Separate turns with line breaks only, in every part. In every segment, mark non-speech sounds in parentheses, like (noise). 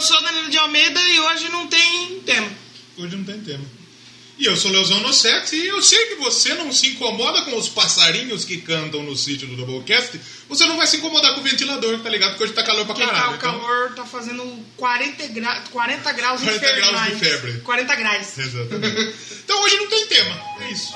sou Danilo de Almeida e hoje não tem tema.
Hoje não tem tema. E eu sou Leozão Nossetti e eu sei que você não se incomoda com os passarinhos que cantam no sítio do Doublecast. Você não vai se incomodar com o ventilador, tá ligado? Porque hoje tá calor pra
Porque
caralho.
tá, o calor tá fazendo 40, gra... 40 graus
40 graus de
infernais.
febre.
40 graus.
Então... Exatamente. então hoje não tem tema. É isso.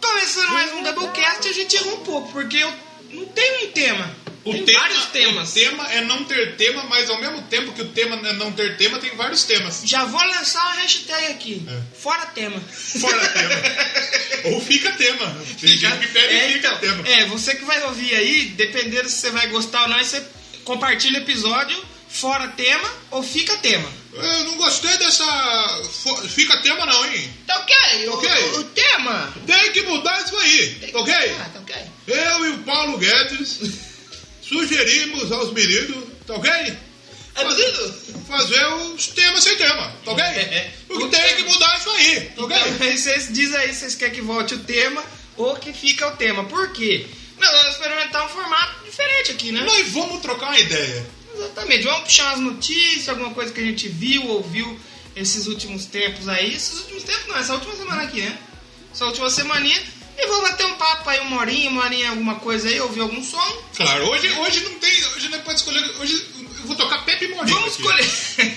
Começando mais um Doublecast, a gente errou um pouco, porque eu não tenho um tema. tem
tema-
vários temas.
O tema é não ter tema, mas ao mesmo tempo que o tema é não ter tema, tem vários temas.
Já vou lançar uma hashtag aqui.
É.
(laughs) Fora
(laughs)
tema.
Fora tema. Ou fica tema. Tem gente que pede e
é,
fica
então,
tema.
é, você que vai ouvir aí, dependendo se você vai gostar ou não, aí você compartilha o episódio, fora tema ou fica tema.
Eu não gostei dessa. fo- Fica tema, não, hein?
Tá ok? O,
Ok.
o- o tema.
Tem que mudar isso aí,
Tem que
ok?
mudar, tá ok.
Eu e o Paulo Guedes sugerimos aos meninos, tá ok?
É bonito?
Fazer os temas sem tema, tá ok?
É.
Porque tem que mudar isso aí, tá ok?
Então, vocês dizem (laughs) aí se vocês querem que volte o tema ou que fica o tema. Por quê? Nós vamos experimentar um formato diferente aqui, né?
Nós vamos trocar uma ideia.
Exatamente. Vamos puxar umas notícias, alguma coisa que a gente viu, ouviu esses últimos tempos aí. Esses últimos tempos não, essa última semana aqui, né? Essa última semaninha. E vamos bater um papo aí, uma horinha, uma horinha, alguma coisa aí, ouvir algum som.
Claro, hoje, hoje não tem. Hoje não pode escolher. Hoje eu vou tocar Pepe Moreno.
Vamos
aqui.
escolher.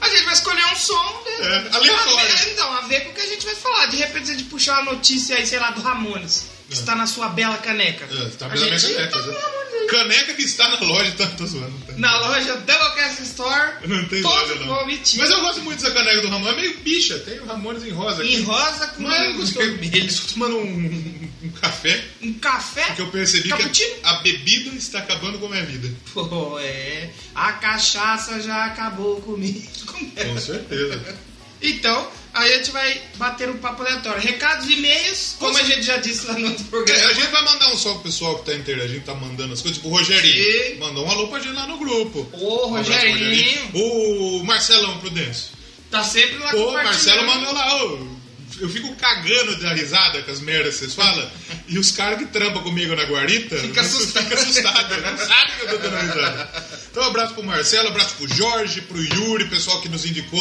a gente vai escolher um som. né?
É, aleatório.
A ver- Então, a ver com o que a gente vai falar. De repente, a gente puxar uma notícia aí, sei lá, do Ramones. Que está na sua bela caneca.
É, tá
A
pela minha
gente
caneca. né?
tá no Ramones aí.
já. Caneca que está na loja, tá, tô zoando. Tá.
Na loja Doublecast Store.
Não tem
todo
loja, não.
nome tinha.
Mas eu gosto muito dessa caneca do Ramon, é meio bicha, tem o Ramones em rosa aqui.
Em rosa é com
Mas eu gostei.
vermelho.
Estou tomando um, um- um café,
Um café.
porque eu percebi
Cappuccino?
que é a, a bebida está acabando com a minha vida.
Pô, é. A cachaça já acabou comigo. (laughs)
Com certeza.
Então, aí a gente vai bater um papo aleatório. Recados e e-mails, como a gente já disse lá no outro
(laughs) É,
programa.
a gente vai mandar um salve pro pessoal que tá interagindo, tá mandando as coisas. Tipo, o Rogerinho
E-
mandou um alô pra gente lá no grupo.
Ô,
Um abraço,
Rogerinho.
O Marcelão Prudêncio.
Tá sempre lá
Pô, o
compartilhando.
Marcelo mandou lá, ô. Eu fico cagando da risada com as merdas que vocês falam. E os caras que trampam comigo na guarita.
Fica assustado.
Fica assustado. Não sabe que eu tô dando risada. Então, um abraço pro Marcelo, um abraço pro Jorge, pro Yuri, pessoal que nos indicou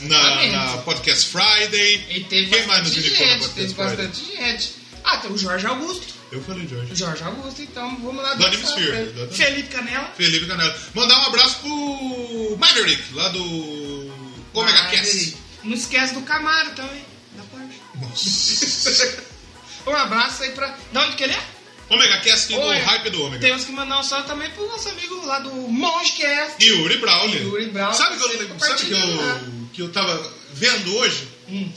na,
Exatamente.
na Podcast Friday.
E teve
Quem mais nos
bastante
indicou na
gente, teve
Podcast Friday?
bastante gente. Ah, tem o Jorge Augusto.
Eu falei,
O
Jorge.
Jorge Augusto, então vamos lá.
Do
dar
Hemisphere,
essa-
exatamente.
Felipe Canela.
Felipe Canela. Mandar um abraço pro Maverick, lá do Omega Cast.
Mas, Ah, Não esquece do Camaro também. Da parte.
Nossa.
(laughs) Um abraço aí pra. De onde que ele é?
Omega Cast do
Oi.
Hype do Omega.
Temos que mandar um salve também pro nosso amigo lá do Mongecast.
Yuri Brawley.
Yuri Brawley,
Sabe, que
sempre
eu, sabe que, eu,
compartilhando,
que eu tava vendo hoje?
né? Hum.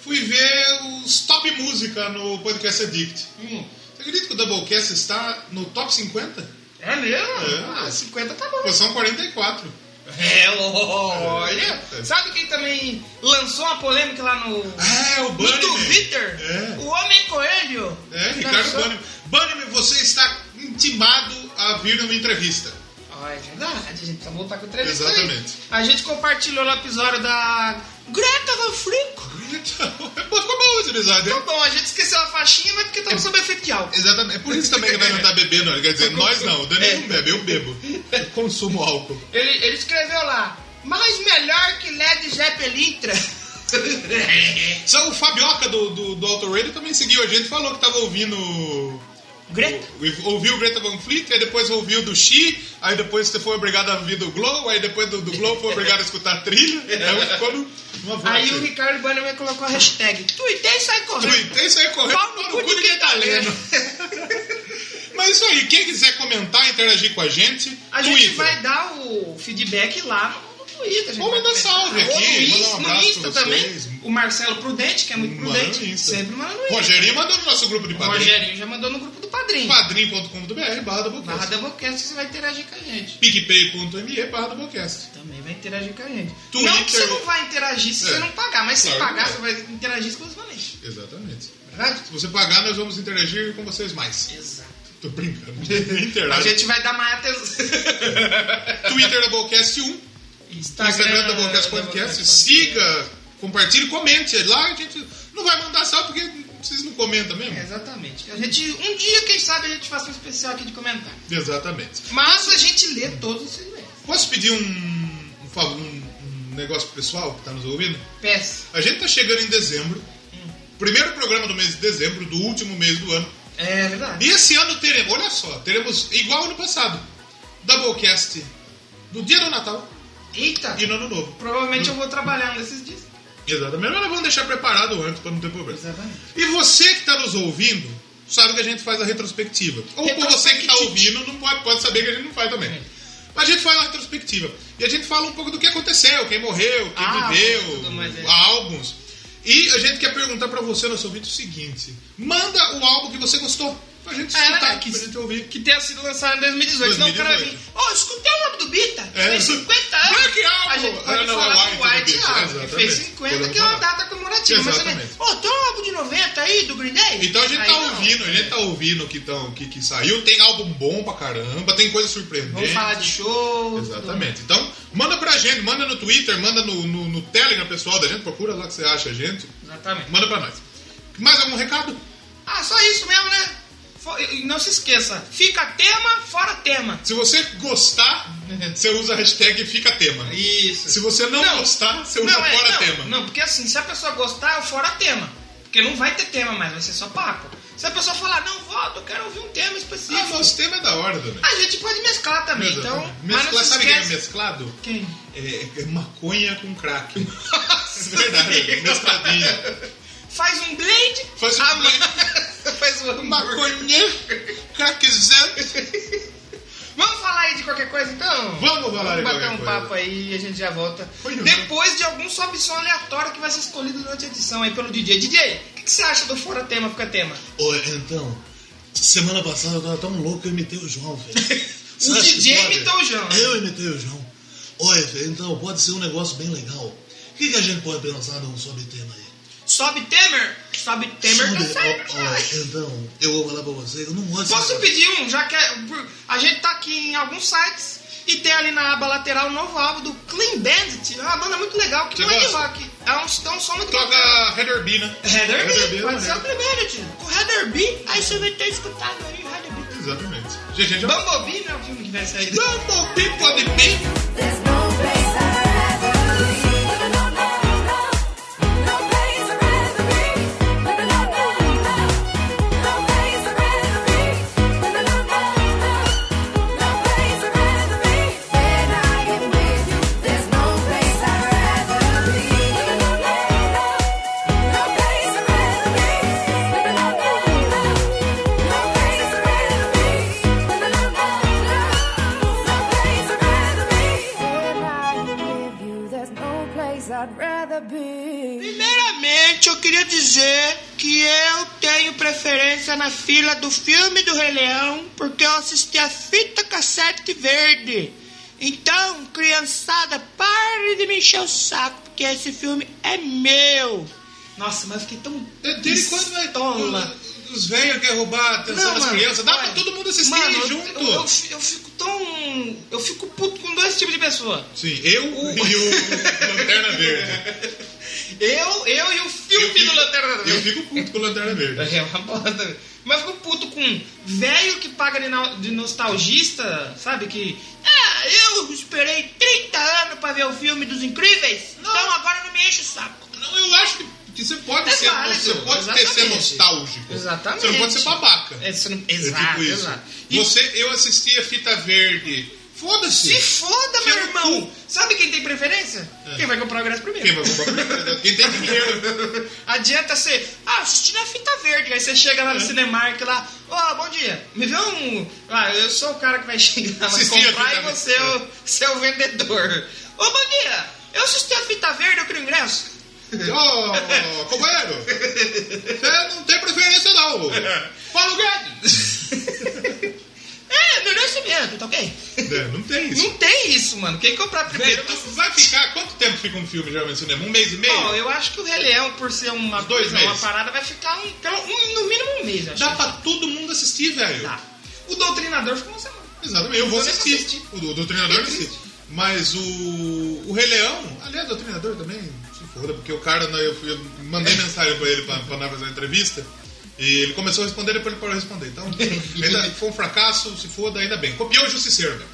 Fui ver os top música no Podcast Addict.
Hum.
Você acredita que o Doublecast está no top 50?
É mesmo?
É.
Ah, 50 tá bom.
Posição 44.
É, olha.
É.
Sabe quem também lançou uma polêmica lá no.
Ah, é o
no
Bunny.
Twitter?
É.
O Homem Coelho.
É, Ricardo
Lançou-
Bunny. Bunny, você está intimado a vir numa entrevista.
Ah, é verdade, a gente precisa voltar com o entrevista.
Exatamente.
aí. A gente compartilhou no episódio da Greta Van Frico.
Então, (laughs) pô, ficou bom esse episódio, hein?
Então, bom, a gente esqueceu a faixinha, mas porque tava sob efeito de álcool.
Exatamente. É por isso também que nós não tá bebendo. Quer dizer, nós não. O Danilo
É.
não bebe, eu bebo. Eu consumo álcool.
Ele, ele escreveu lá, mais melhor que Led Zeppelin. tra."
Só o Fabioca do, do, do Auto Radio também seguiu a gente, falou que tava ouvindo.
(laughs) Greta.
o- Ouviu o Greta Van Fleet, aí depois ouviu do Xi, aí depois você foi obrigado a ouvir do Glow, aí depois do, do Glow foi obrigado a escutar a trilha,
(laughs) É,
aí ficou no- numa volta.
Aí o Ricardo Bannerman colocou a hashtag Tuitei e sai correndo.
Tem isso aí correndo
Pau no cu de quem tá
Mas isso aí, quem quiser comentar, interagir com a gente,
A gente
Twitter.
vai dar o feedback lá no Twitter. a gente
Ou
vai
mandar
comentar.
salve
Ou
aqui,
no Insta,
mandar um abraço
no Insta
pra
também.
vocês.
O Marcelo Prudente, que é muito
Manda no
prudente,
Insta.
sempre manda no Insta.
Rogerinho mandou no nosso grupo de
O
padrinho.
Rogerinho já mandou no grupo do Padrinho.
padrim.com.br barra
Barra
Doublecast.
Doublecast, você vai interagir com a gente.
picpay.me barra Doublecast.
Também vai interagir com a gente.
Twitter-
Não que você não vai interagir se
É.
você não pagar, mas se
Claro que é.
pagar,
vai.
você vai interagir exclusivamente.
Exatamente. É,
Verdade?
Se você pagar, nós vamos interagir com vocês mais.
Exato.
Tô (laughs) brincando.
A
Interage.
gente vai dar mais atenção.
Twitter Doublecast 1. Instagram da Doublecast um. Podcast. Siga, compartilhe, comente. Lá a gente não vai mandar só porque vocês não comentam mesmo.
É, exatamente. A gente, um dia, quem sabe, a gente faça um especial aqui de comentário.
Exatamente.
Mas a gente lê todos os e-mails.
Posso pedir um, um, fa- um- um negócio pro pessoal que tá nos ouvindo?
Peça.
A gente tá chegando em dezembro. Primeiro programa do mês de dezembro, do último mês do ano.
É verdade.
E esse ano teremos, olha só, teremos igual ano passado, Doublecast no dia do Natal
Eita.
e no Ano Novo.
Provavelmente eu vou trabalhar um desses dias.
Exatamente, mas nós vamos deixar preparado antes para não ter problema.
Exatamente.
E você que está nos ouvindo, sabe que a gente faz a retrospectiva. Ou pra você que está ouvindo, não pode, pode saber que a gente não faz também.
É.
Mas a gente faz a retrospectiva. E a gente fala um pouco do que aconteceu, quem morreu, quem
Ah, tudo mais, é.
viveu, álbuns. E a gente quer perguntar para você, nosso ouvinte, o seguinte: manda o álbum que você gostou. Pra gente
Ah, é
escutar
verdade.
aqui, pra gente ouvir.
Que tenha sido lançado em 2018. Senão o cara vai vir.
2018.
Ô, escutei o álbum do Bita.
É.
Fez 50 anos.
Black Album.
A gente pode
Ah, não,
falar
é
do
White do
White
Beatles,
Album. Que fez
exatamente.
50,
Podemos
que é uma
falar.
data comemorativa. Mas também.
Exatamente.
Ô, tem um álbum de 90 aí do Green Day?
Então a gente
Aí
tá
não.
ouvindo, a gente tá ouvindo o que, tão, o que, que saiu. Tem álbum bom pra caramba, tem coisa surpreendente.
Vamos falar de show.
Exatamente. Então, manda pra gente, manda no Twitter, manda no, no, no Telegram pessoal da gente, procura lá que você acha a gente,
Exatamente.
manda pra nós. Mais algum recado?
Ah, só isso mesmo, né? Fo- e Não se esqueça, fica tema, fora tema.
Se você gostar, você usa a hashtag fica tema.
Isso.
Se você não,
Não.
gostar, você usa
é,
fora
não,
tema.
Não, porque assim, se a pessoa gostar, é fora tema. Porque não vai ter tema mais, vai ser só papo. Se a pessoa falar, não, volta, eu quero ouvir um tema específico.
Ah, mas o tema é da hora também.
A gente pode mesclar também, então. mas não
Mesclar,
se
sabe quem é
esquece.
mesclado?
Quem?
É, é maconha com
(laughs)
crack. É verdade, mescladinha.
Faz um blade.
Faz um
a-
blade.
(laughs) faz um hambúrguer.
Maconha, craquezante.
Vamos falar aí de qualquer coisa então?
Vamos falar de
Vamos bater
qualquer
um
coisa.
papo aí e a gente já volta.
Pois não.
Depois de algum sobe som aleatório que vai ser escolhido durante a edição aí pelo DJ. DJ, o que, que você acha do fora tema, fica tema?
Ô, então, semana passada eu tava tão louco que eu imitei o João,
(laughs)
velho. Você
O
acha que
DJ
pode?
imitou o João. né?
Eu imitei o João. Olha, velho, então pode ser um negócio bem legal. O que, que a gente pode pensar num sobre-tema aí?
Sobe Temer? Sobe Temer tá
Sobre-
certo.
ó, ó, então, eu vou falar pra você, eu não gosto desse
Posso
negócio.
pedir um, já que é- por- a gente tá aqui em alguns sites e tem ali na aba lateral o novo álbum do Clean Bandit. É uma banda muito legal que
Você
não é de
gosta?
rock. É um, é um som muito bacana.
Toca Heather B, né?
Heather B,
é
pode ser o
maneiro.
primeiro, tio. Com Heather B, aí você vai ter escutado aí o Heather B.
Exatamente. Gente, já
Bumblebee, né? O filme que vai sair.
Bumblebee pode bem.
There's no place I'd rather be. No, no, no, no place I'd rather be. No, no, no, no, no place I'd rather be. No, no, no, no, no place I'd rather be. When I am with you, there's no place I'd rather be. No, no, no, no, no place I'd rather be. No, no, no, no, no place I'd rather be. No, no, no, no, no place I'd rather be. When I'm with you, there's no place I'd rather be.
Primeiramente, eu queria dizer que eu tenho preferência na fila do filme do Rei Leão, porque eu assisti a fita cassete verde. Então, criançada, pare de me encher o saco, porque esse filme é meu. Nossa, mas eu fiquei tão...
É dele quando vai
Toma.
os- Os velhos querem roubar a atenção das crianças. Dá pra todo mundo assistir junto.
Eu, eu, fi- eu fico tão... Eu fico puto com dois tipos de pessoa.
Sim, eu
(laughs)
e o Lanterna Verde.
Eu, eu e o filme
Eu fico-
do Lanterna Verde.
Eu fico puto com o Lanterna Verde.
É uma bosta. Mas eu fico puto com um velho que paga de, no- de nostalgista, sabe? Que. Ah, eu esperei 30 anos pra ver o filme dos incríveis, então agora não me enche o saco.
Não, eu acho que, que você pode,
É
ser,
válido,
você pode ter, ser
exatamente.
nostálgico.
Exatamente.
Você não pode ser babaca.
É, você não-
É tipo
Exato,
isso.
exato. E
Você, eu assisti a fita verde. Foda-se.
se foda, meu
Tira o
irmão! Sabe quem tem preferência? É. Quem vai comprar o ingresso primeiro.
Quem
(laughs)
vai comprar? Quem tem dinheiro.
Adianta ser, ah, assisti na fita verde. Aí você chega lá no Cinemark lá, ó, bom dia, me vê um. Ah, eu sou o cara que vai (laughs) chegar, vai
Assisti a
comprar
fita
e você é o, você é o vendedor. Ô, bom dia, eu assisti a fita verde, eu quero ingresso.
Ô, companheiro, você não tem preferência não. Paulo Guedes.
É, meu nascimento, tá ok?
É, não tem isso.
Não tem isso, mano. Quem comprar primeiro.
Velho, tu vai ficar... Quanto tempo fica um filme geralmente no cinema? Um mês e meio?
Bom, eu acho que o Rei Leão, por ser uma,
Dois
coisa, uma
meses.
parada, vai ficar um, pelo- um- no mínimo um mês, acho.
Dá pra tá todo mundo assistir, velho.
Tá. Dá. O Doutrinador ficou uma semana.
Exatamente, eu vou
Eu nem vou
assistir.
assistir.
O do, do treinador
Eu
assiste. Mas o, o Rei Leão, aliás, é o treinador também, se foda, porque o cara, né, eu, fui- eu
É.
mandei mensagem pra ele pra, pra nós fazer uma entrevista. E ele começou a responder, depois ele parou de responder.
(laughs)
Então, ainda foi um fracasso, se foda, ainda bem. Copiou o Justiceiro, meu.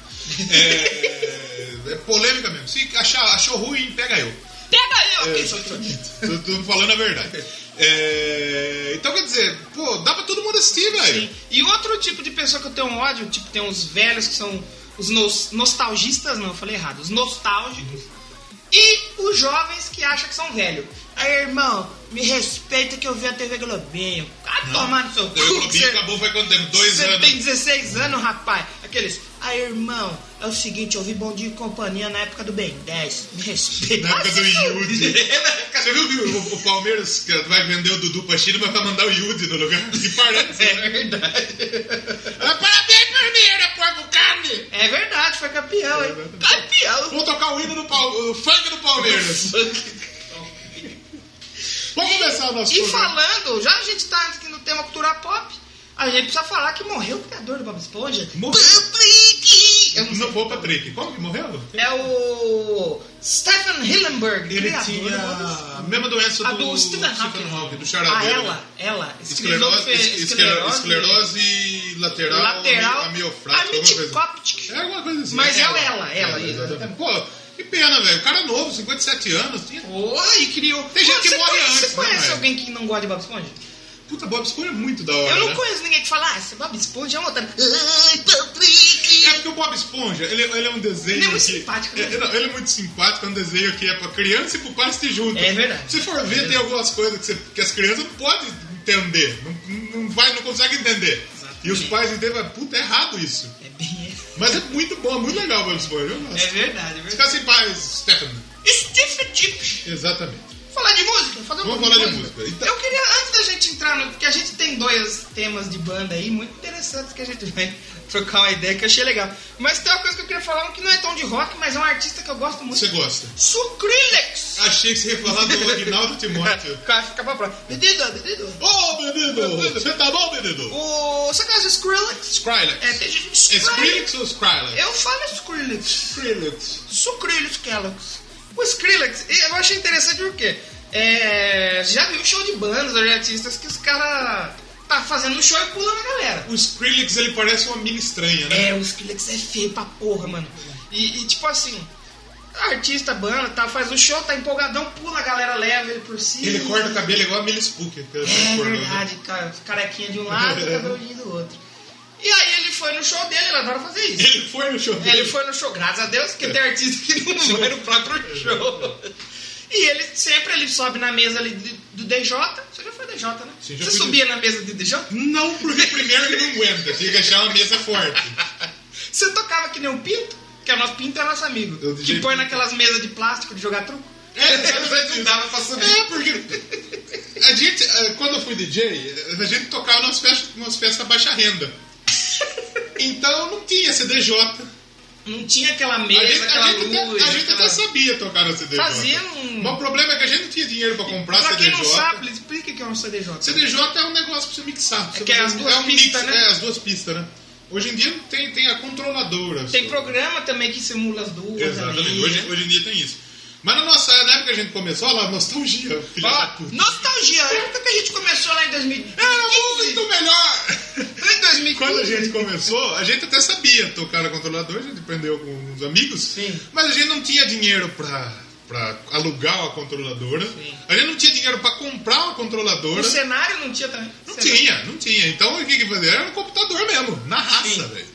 É, é polêmica mesmo. Se achar, achou ruim, pega eu.
Pega eu! aqui, seu Tonito.
Tô, tô falando a verdade. É, então, quer dizer, pô, dá pra todo mundo assistir, velho.
Sim. E outro tipo de pessoa que eu tenho ódio, tipo, tem uns velhos que são os nos- nostalgistas, não, eu falei errado, os nostálgicos. E os jovens que acham que são velho. Aí, irmão, me respeita que eu vi a TV Globinho. Ah, tomar no seu
Deu
cu.
Globinho,
Você
acabou, foi quanto tempo? Dois
você
anos.
tem 16 anos, rapaz. Aqueles, aí, irmão, é o seguinte, eu vi Bom Dia e Companhia na época do Ben 10. Me respeita.
Na época do Yudi.
É, na época
Você viu que o, o Palmeiras que vai vender o Dudu pra China, mas vai mandar o Yudi no lugar? Que
(laughs)
parece.
É
né?
verdade.
(laughs) Ah, Parabéns, Palmeiras, porco carne!
É verdade, foi campeão, hein?
É verdade.
Campeão.
Vou tocar o hino do Pal- o funk do Palmeiras. Vamos começar o nosso
E
programa.
falando, já a gente tá aqui no tema cultura pop, a gente precisa falar que morreu o criador do Bob Esponja.
Morreu.
Patrick! Eu não sei.
Não foi o Patrick. Como que morreu?
É o Stephen Hillenburg,
Ele
criador
tinha
do Bob Esponja.
a mesma doença
A do Stephen
Stephen Hawking,
Hawking.
do
Ah,
charadeiro.
ela, ela. um
Esclerose,
Esclerofe-
esclerose, esclerose lateral,
lateral,
amiofrática, alguma coisa.
amidicóptica.
É alguma coisa assim.
Mas
é
é o ela, ela, isso.
exatamente. Pô, que pena, velho. O cara é novo, 57 anos. Tinha...
Porra, e criou.
assim. Tem gente que
Você
morre
conhece-
antes,
Você
né,
conhece
velho?
alguém que não gosta de Bob Esponja?
Puta, Bob Esponja é muito da hora,
Eu
né?
não conheço ninguém que fala, ah, esse Bob Esponja é um otário. Ai, Patrick!
É porque o Bob Esponja, ele, ele é um desenho.
Ele é muito
que-
simpático,
É,
né?
ele, não, ele é muito simpático, é um desenho que é pra criança e pro pai se junto.
É verdade.
Se for ver, tem algumas coisas que, você- que as crianças não podem entender. Não, não, vai, não conseguem entender.
Exatamente.
E os pais entendem, mas, puta, é errado isso.
É bem isso.
Mas é muito bom, é muito legal o Bob Esponja. Eu gosto. assim,
É verdade, é verdade.
Ficar sem pais, Stefan.
Steve Jobs.
Exatamente.
Falar de música? Falar
Vamos
um pouco
falar de música, então.
Eu queria, antes da gente entrar no. Porque a gente tem dois temas de banda aí muito interessantes que a gente vai (laughs) trocar uma ideia que eu achei legal. Mas tem uma coisa que eu queria falar, um que não é tão de rock, mas é um artista que eu gosto muito.
Você gosta?
Sucrilex!
Achei que você ia falar do Aguinaldo Timóteo.
Cara, É, fica pra próxima. Menino, menino.
Ô, menino! Você tá bom, menino?
O. Você conhece o Skrillex?
Skrillex.
É, tem gente que
É Skrillex ou Skrillex?
Eu falo Skrillex.
Skrillex.
Sucrilhos Kellogg's. O Skrillex, e eu achei interessante porque é, já vi um show de bandas ou de artistas que os caras tá fazendo um show e pula na galera.
O Skrillex, ele parece uma mina estranha, né?
É, o Skrillex é feio pra porra, mano. E, e, tipo assim, artista, banda, tá, faz o show, tá empolgadão, pula, a galera leva ele por cima.
Ele corta o cabelo igual a Millie Spooker. que ela
É
cortou, né?
verdade, cara. Carequinha de um lado e cabeludinho do outro. E aí ele foi no show dele, ele adora fazer isso.
Ele foi no show dele.
Ele foi no show, graças a Deus, porque tem artista que não vai no próprio show. E ele sempre ele sobe na mesa ali de- do DJ. Você já foi DJ, né?
Sim, já
Você
fui
subia na mesa do DJ?
Não, porque primeiro ele não aguenta. Tinha que achar uma mesa forte.
Você tocava que nem um pinto? Que é o nosso pinto é nosso amigo.
Eu
Que
DJ
põe
Pinto.
naquelas mesas de plástico de jogar truco.
É, exatamente
não dava pra subir.
É, porque... A gente, eh, quando eu fui DJ, eh, a gente tocava nas festas, nas festas baixa (laughs) renda. Então não tinha CDJ.
Não tinha aquela
A
mesa,
gente,
aquela
a gente até,
luz.
a gente até
aquela-
sabia tocar na CDJ.
Fazia um-
Mas o problema é que a gente não tinha dinheiro pra comprar
Pra
CDJ.
quem não sabe, explica o que é um CDJ.
CDJ é um negócio pra você mixar. Você
que é
faz-
as duas
um
pistas, né?
É, as duas pistas, né? Hoje em dia tem, tem a controladora.
Tem
só.
programa também que simula as duas.
Exatamente.
ali,
Hoje,
né?
hoje em dia tem isso. Mas na nossa, na época que a gente começou, olha lá, nostalgia, filha da
Ó,
puta.
nostalgia, a época que a gente começou lá em 2015.
Era
é
muito
Lá
melhor!
em 2015.
Quando a gente começou, a gente até sabia tocar no controlador, a gente aprendeu com uns amigos,
Sim.
mas a gente não tinha dinheiro pra, pra alugar a controladora,
Sim. é
a gente não tinha dinheiro pra comprar uma controladora.
O cenário não tinha também.
Não
Cenário.
tinha, não tinha. Então o que que fazia? Era no computador mesmo, na raça,
Sim.
velho.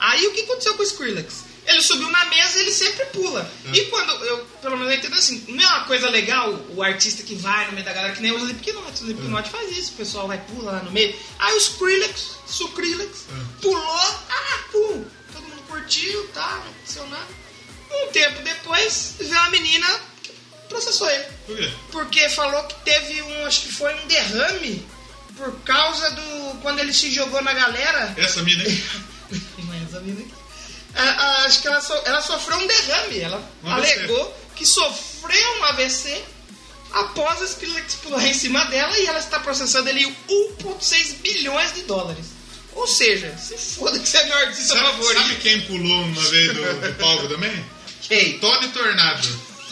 Aí o que aconteceu com o Skrillex? Ele subiu na mesa e ele sempre pula. E quando eu, pelo menos, eu entendo assim, não é uma coisa legal o artista que vai no meio da galera, que nem o Slipknot. O Slipknot faz isso, o pessoal vai pula lá no meio. Aí o Skrillex, o Skrillex, pulou, ah, pum, todo mundo curtiu, tá, não aconteceu nada. Um tempo depois, veio uma menina que processou ele.
Por quê?
Porque falou que teve um, acho que foi um derrame por causa do. quando ele se jogou na galera.
Essa mina
(laughs)
aí.
Mas essa mina aqui. A- É, a- acho que ela, so- ela sofreu um derrame. Ela
Um AVC.
alegou que sofreu um AVC após o Skrillex pular em cima dela e ela está processando ele 1,6 bilhões de dólares. Ou seja, se foda que você é meu artista
Sabe,
favorito. (laughs)
sabe quem pulou uma vez do, do palco também?
Quem? Né?
Tony Tornado.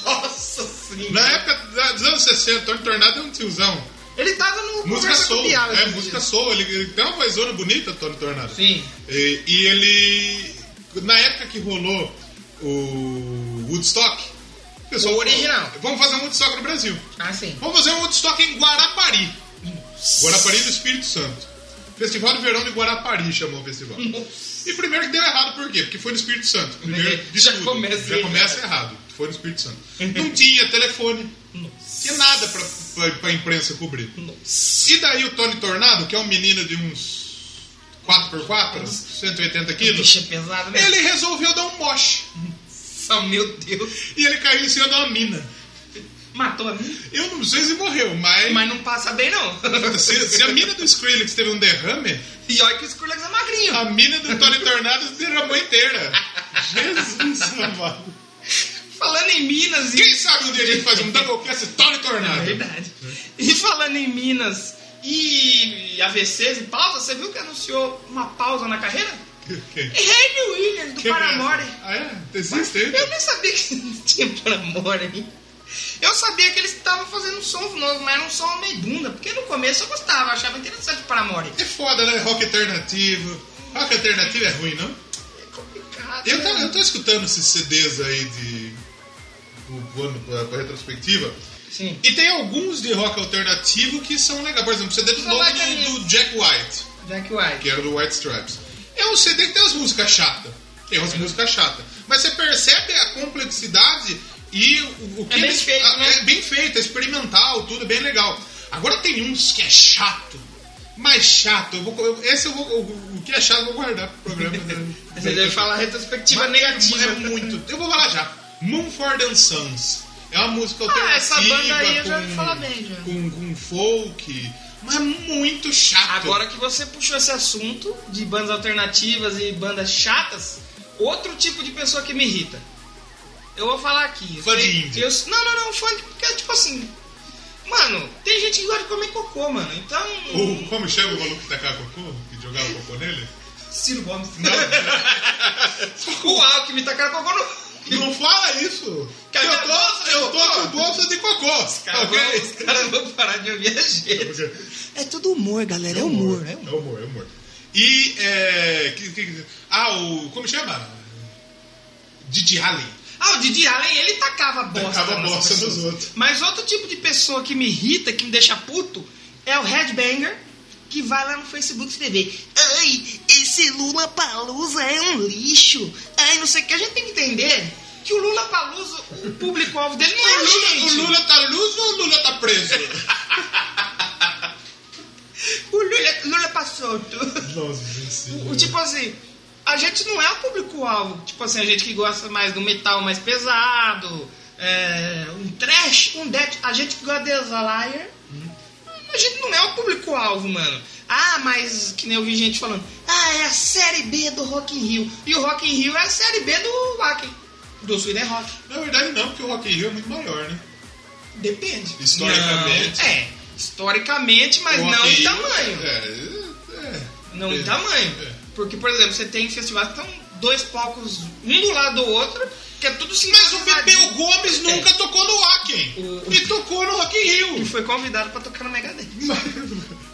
Nossa senhora.
Na época da- dos anos 60, Tony Tornado é um tiozão.
Ele tava no
Música
Conversa com
soul.
Piara
É,
esses
música
dias.
soul. Ele, ele tem uma vozona bonita, Tony Tornado.
assim, né? Sim.
E, e ele. Na época que rolou o Woodstock. O pessoal
O
falou,
original.
Vamos fazer um Woodstock no Brasil.
Ah, sim.
Vamos fazer um Woodstock em Guarapari. Guarapari do Espírito Santo. Festival de Verão de Guarapari chamou o festival. E primeiro que deu errado, por quê? Porque foi no Espírito Santo. Primeiro
(laughs)
de
Já
tudo.
começa
Já
errado. Uhum.
começa errado. Foi no Espírito Santo. Não tinha telefone. Tinha nada pra, pra, pra imprensa cobrir. E daí o Tony Tornado, que é um menino de uns 4x4, 180 quilos,
Bicho é pesado, né?
ele resolveu dar um moche.
Nossa, meu Deus.
E ele caiu em cima de uma mina.
Matou a mim,
Eu não sei se morreu, mas.
mas não passa bem, não. (laughs)
Se, se a mina do Skrillex teve um derrame,
E olha que o Skrillex é magrinho.
a mina do Tony Tornado se derramou
(laughs)
inteira. Jesus amado.
Falando em Minas e...
Quem sabe um dia a gente faz um Doublecast Tony
É
Tornado?
verdade. E falando em Minas e AVCs e pausa, você viu que anunciou uma pausa na carreira?
Quem?
Henry É Williams, do
Quem é essa?
Paramore.
Ah, é? Existe
Eu
ainda?
nem sabia que tinha Paramore aí. Eu sabia que eles estavam fazendo um som novo, mas era um som meio bunda, porque no começo eu gostava, achava interessante o Paramore.
É foda, né? Rock alternativo. Rock alternativo é ruim, não?
É complicado.
Eu
né?
tava, eu tô escutando esses CDs aí de. do- do ano pra, pra retrospectiva.
Sim.
E tem alguns de rock alternativo que são legais. Por exemplo, o CD do,
Só vai ter
do, do Jack White,
Jack White.
que era do White Stripes. É um CD que tem umas músicas chatas. Tem umas músicas chatas. Mas você percebe a complexidade e o, o que
É bem
eles-
feito,
a-
né?
é bem feito, é experimental, tudo é bem legal. Agora tem uns que é chato. Mais chato. Eu vou, eu- esse eu vou, o, o que é chato eu vou guardar pro programa. né?
(laughs) Você deve falar retrospectiva
Mas
negativa.
É muito. Eu vou falar já. Moonford and Sons. É uma música alternativa.
Ah, essa banda aí eu
com,
já ouvi falar bem, já.
Com, com folk. Mas é muito chato.
Agora que você puxou esse assunto de bandas alternativas e bandas chatas, outro tipo de pessoa que me irrita. Eu vou falar aqui.
Fã de
Eu-
indie.
eu- não, não, não, fã de. Porque, tipo assim. Mano, tem gente que gosta de comer cocô, mano. Então.
O, como chama o maluco que tacava cocô? Que jogava cocô nele?
Ciro Gomes.
Não,
o Alckmin tacaram cocô
(laughs)
no.
não fala isso.
Cadê
eu
a bolsa?
tô, eu tô com bolsa de cocô.
Cara,
ok?
os caras vão parar de ouvir a gente. É tudo humor, galera. É
É humor, é humor. E. É, que- que- ah, o. Como chama? Didi Allen.
Ah, o Didi Allen, ele tacava bosta.
Tacava
nas
bosta
pessoas.
nos outros.
Mas outro tipo de pessoa que me irrita, que me deixa puto, é o headbanger que vai lá no Facebook escrever Ai, esse Lula Palusa é um lixo. Ai, não sei o que. A gente tem que entender que o Lula Palusa, o público-alvo dele não é
O
a
Lula,
gente.
o Lula tá luz ou o Lula tá preso?
O Lula, Lula passou.
Nossa, gente.
O, o tipo assim, a gente não é o público-alvo. Tipo assim, a gente que gosta mais do metal mais pesado, é, um trash, um death. A gente que gosta de Slayer, a gente não é o público-alvo, mano. Ah, mas que nem eu vi gente falando, ah, é a série B do Rock in Rio. E o Rock in Rio é a série B do Wacken, do Sweden Rock.
Na verdade não, porque o Rock in Rio é muito maior, né?
Depende.
Historicamente.
Não, é, historicamente, mas
O Rock
não
in
em
Rio-
tamanho.
É, é.
Não
É.
em tamanho.
É.
Porque, por exemplo, você tem festivais que estão dois palcos um do lado do outro, que é tudo É.
Mas o
sincronizado.
Pepeu Gomes nunca tocou no Wacken.
O-
E tocou no Rock in
E
Rio.
foi convidado pra tocar no Megadeth.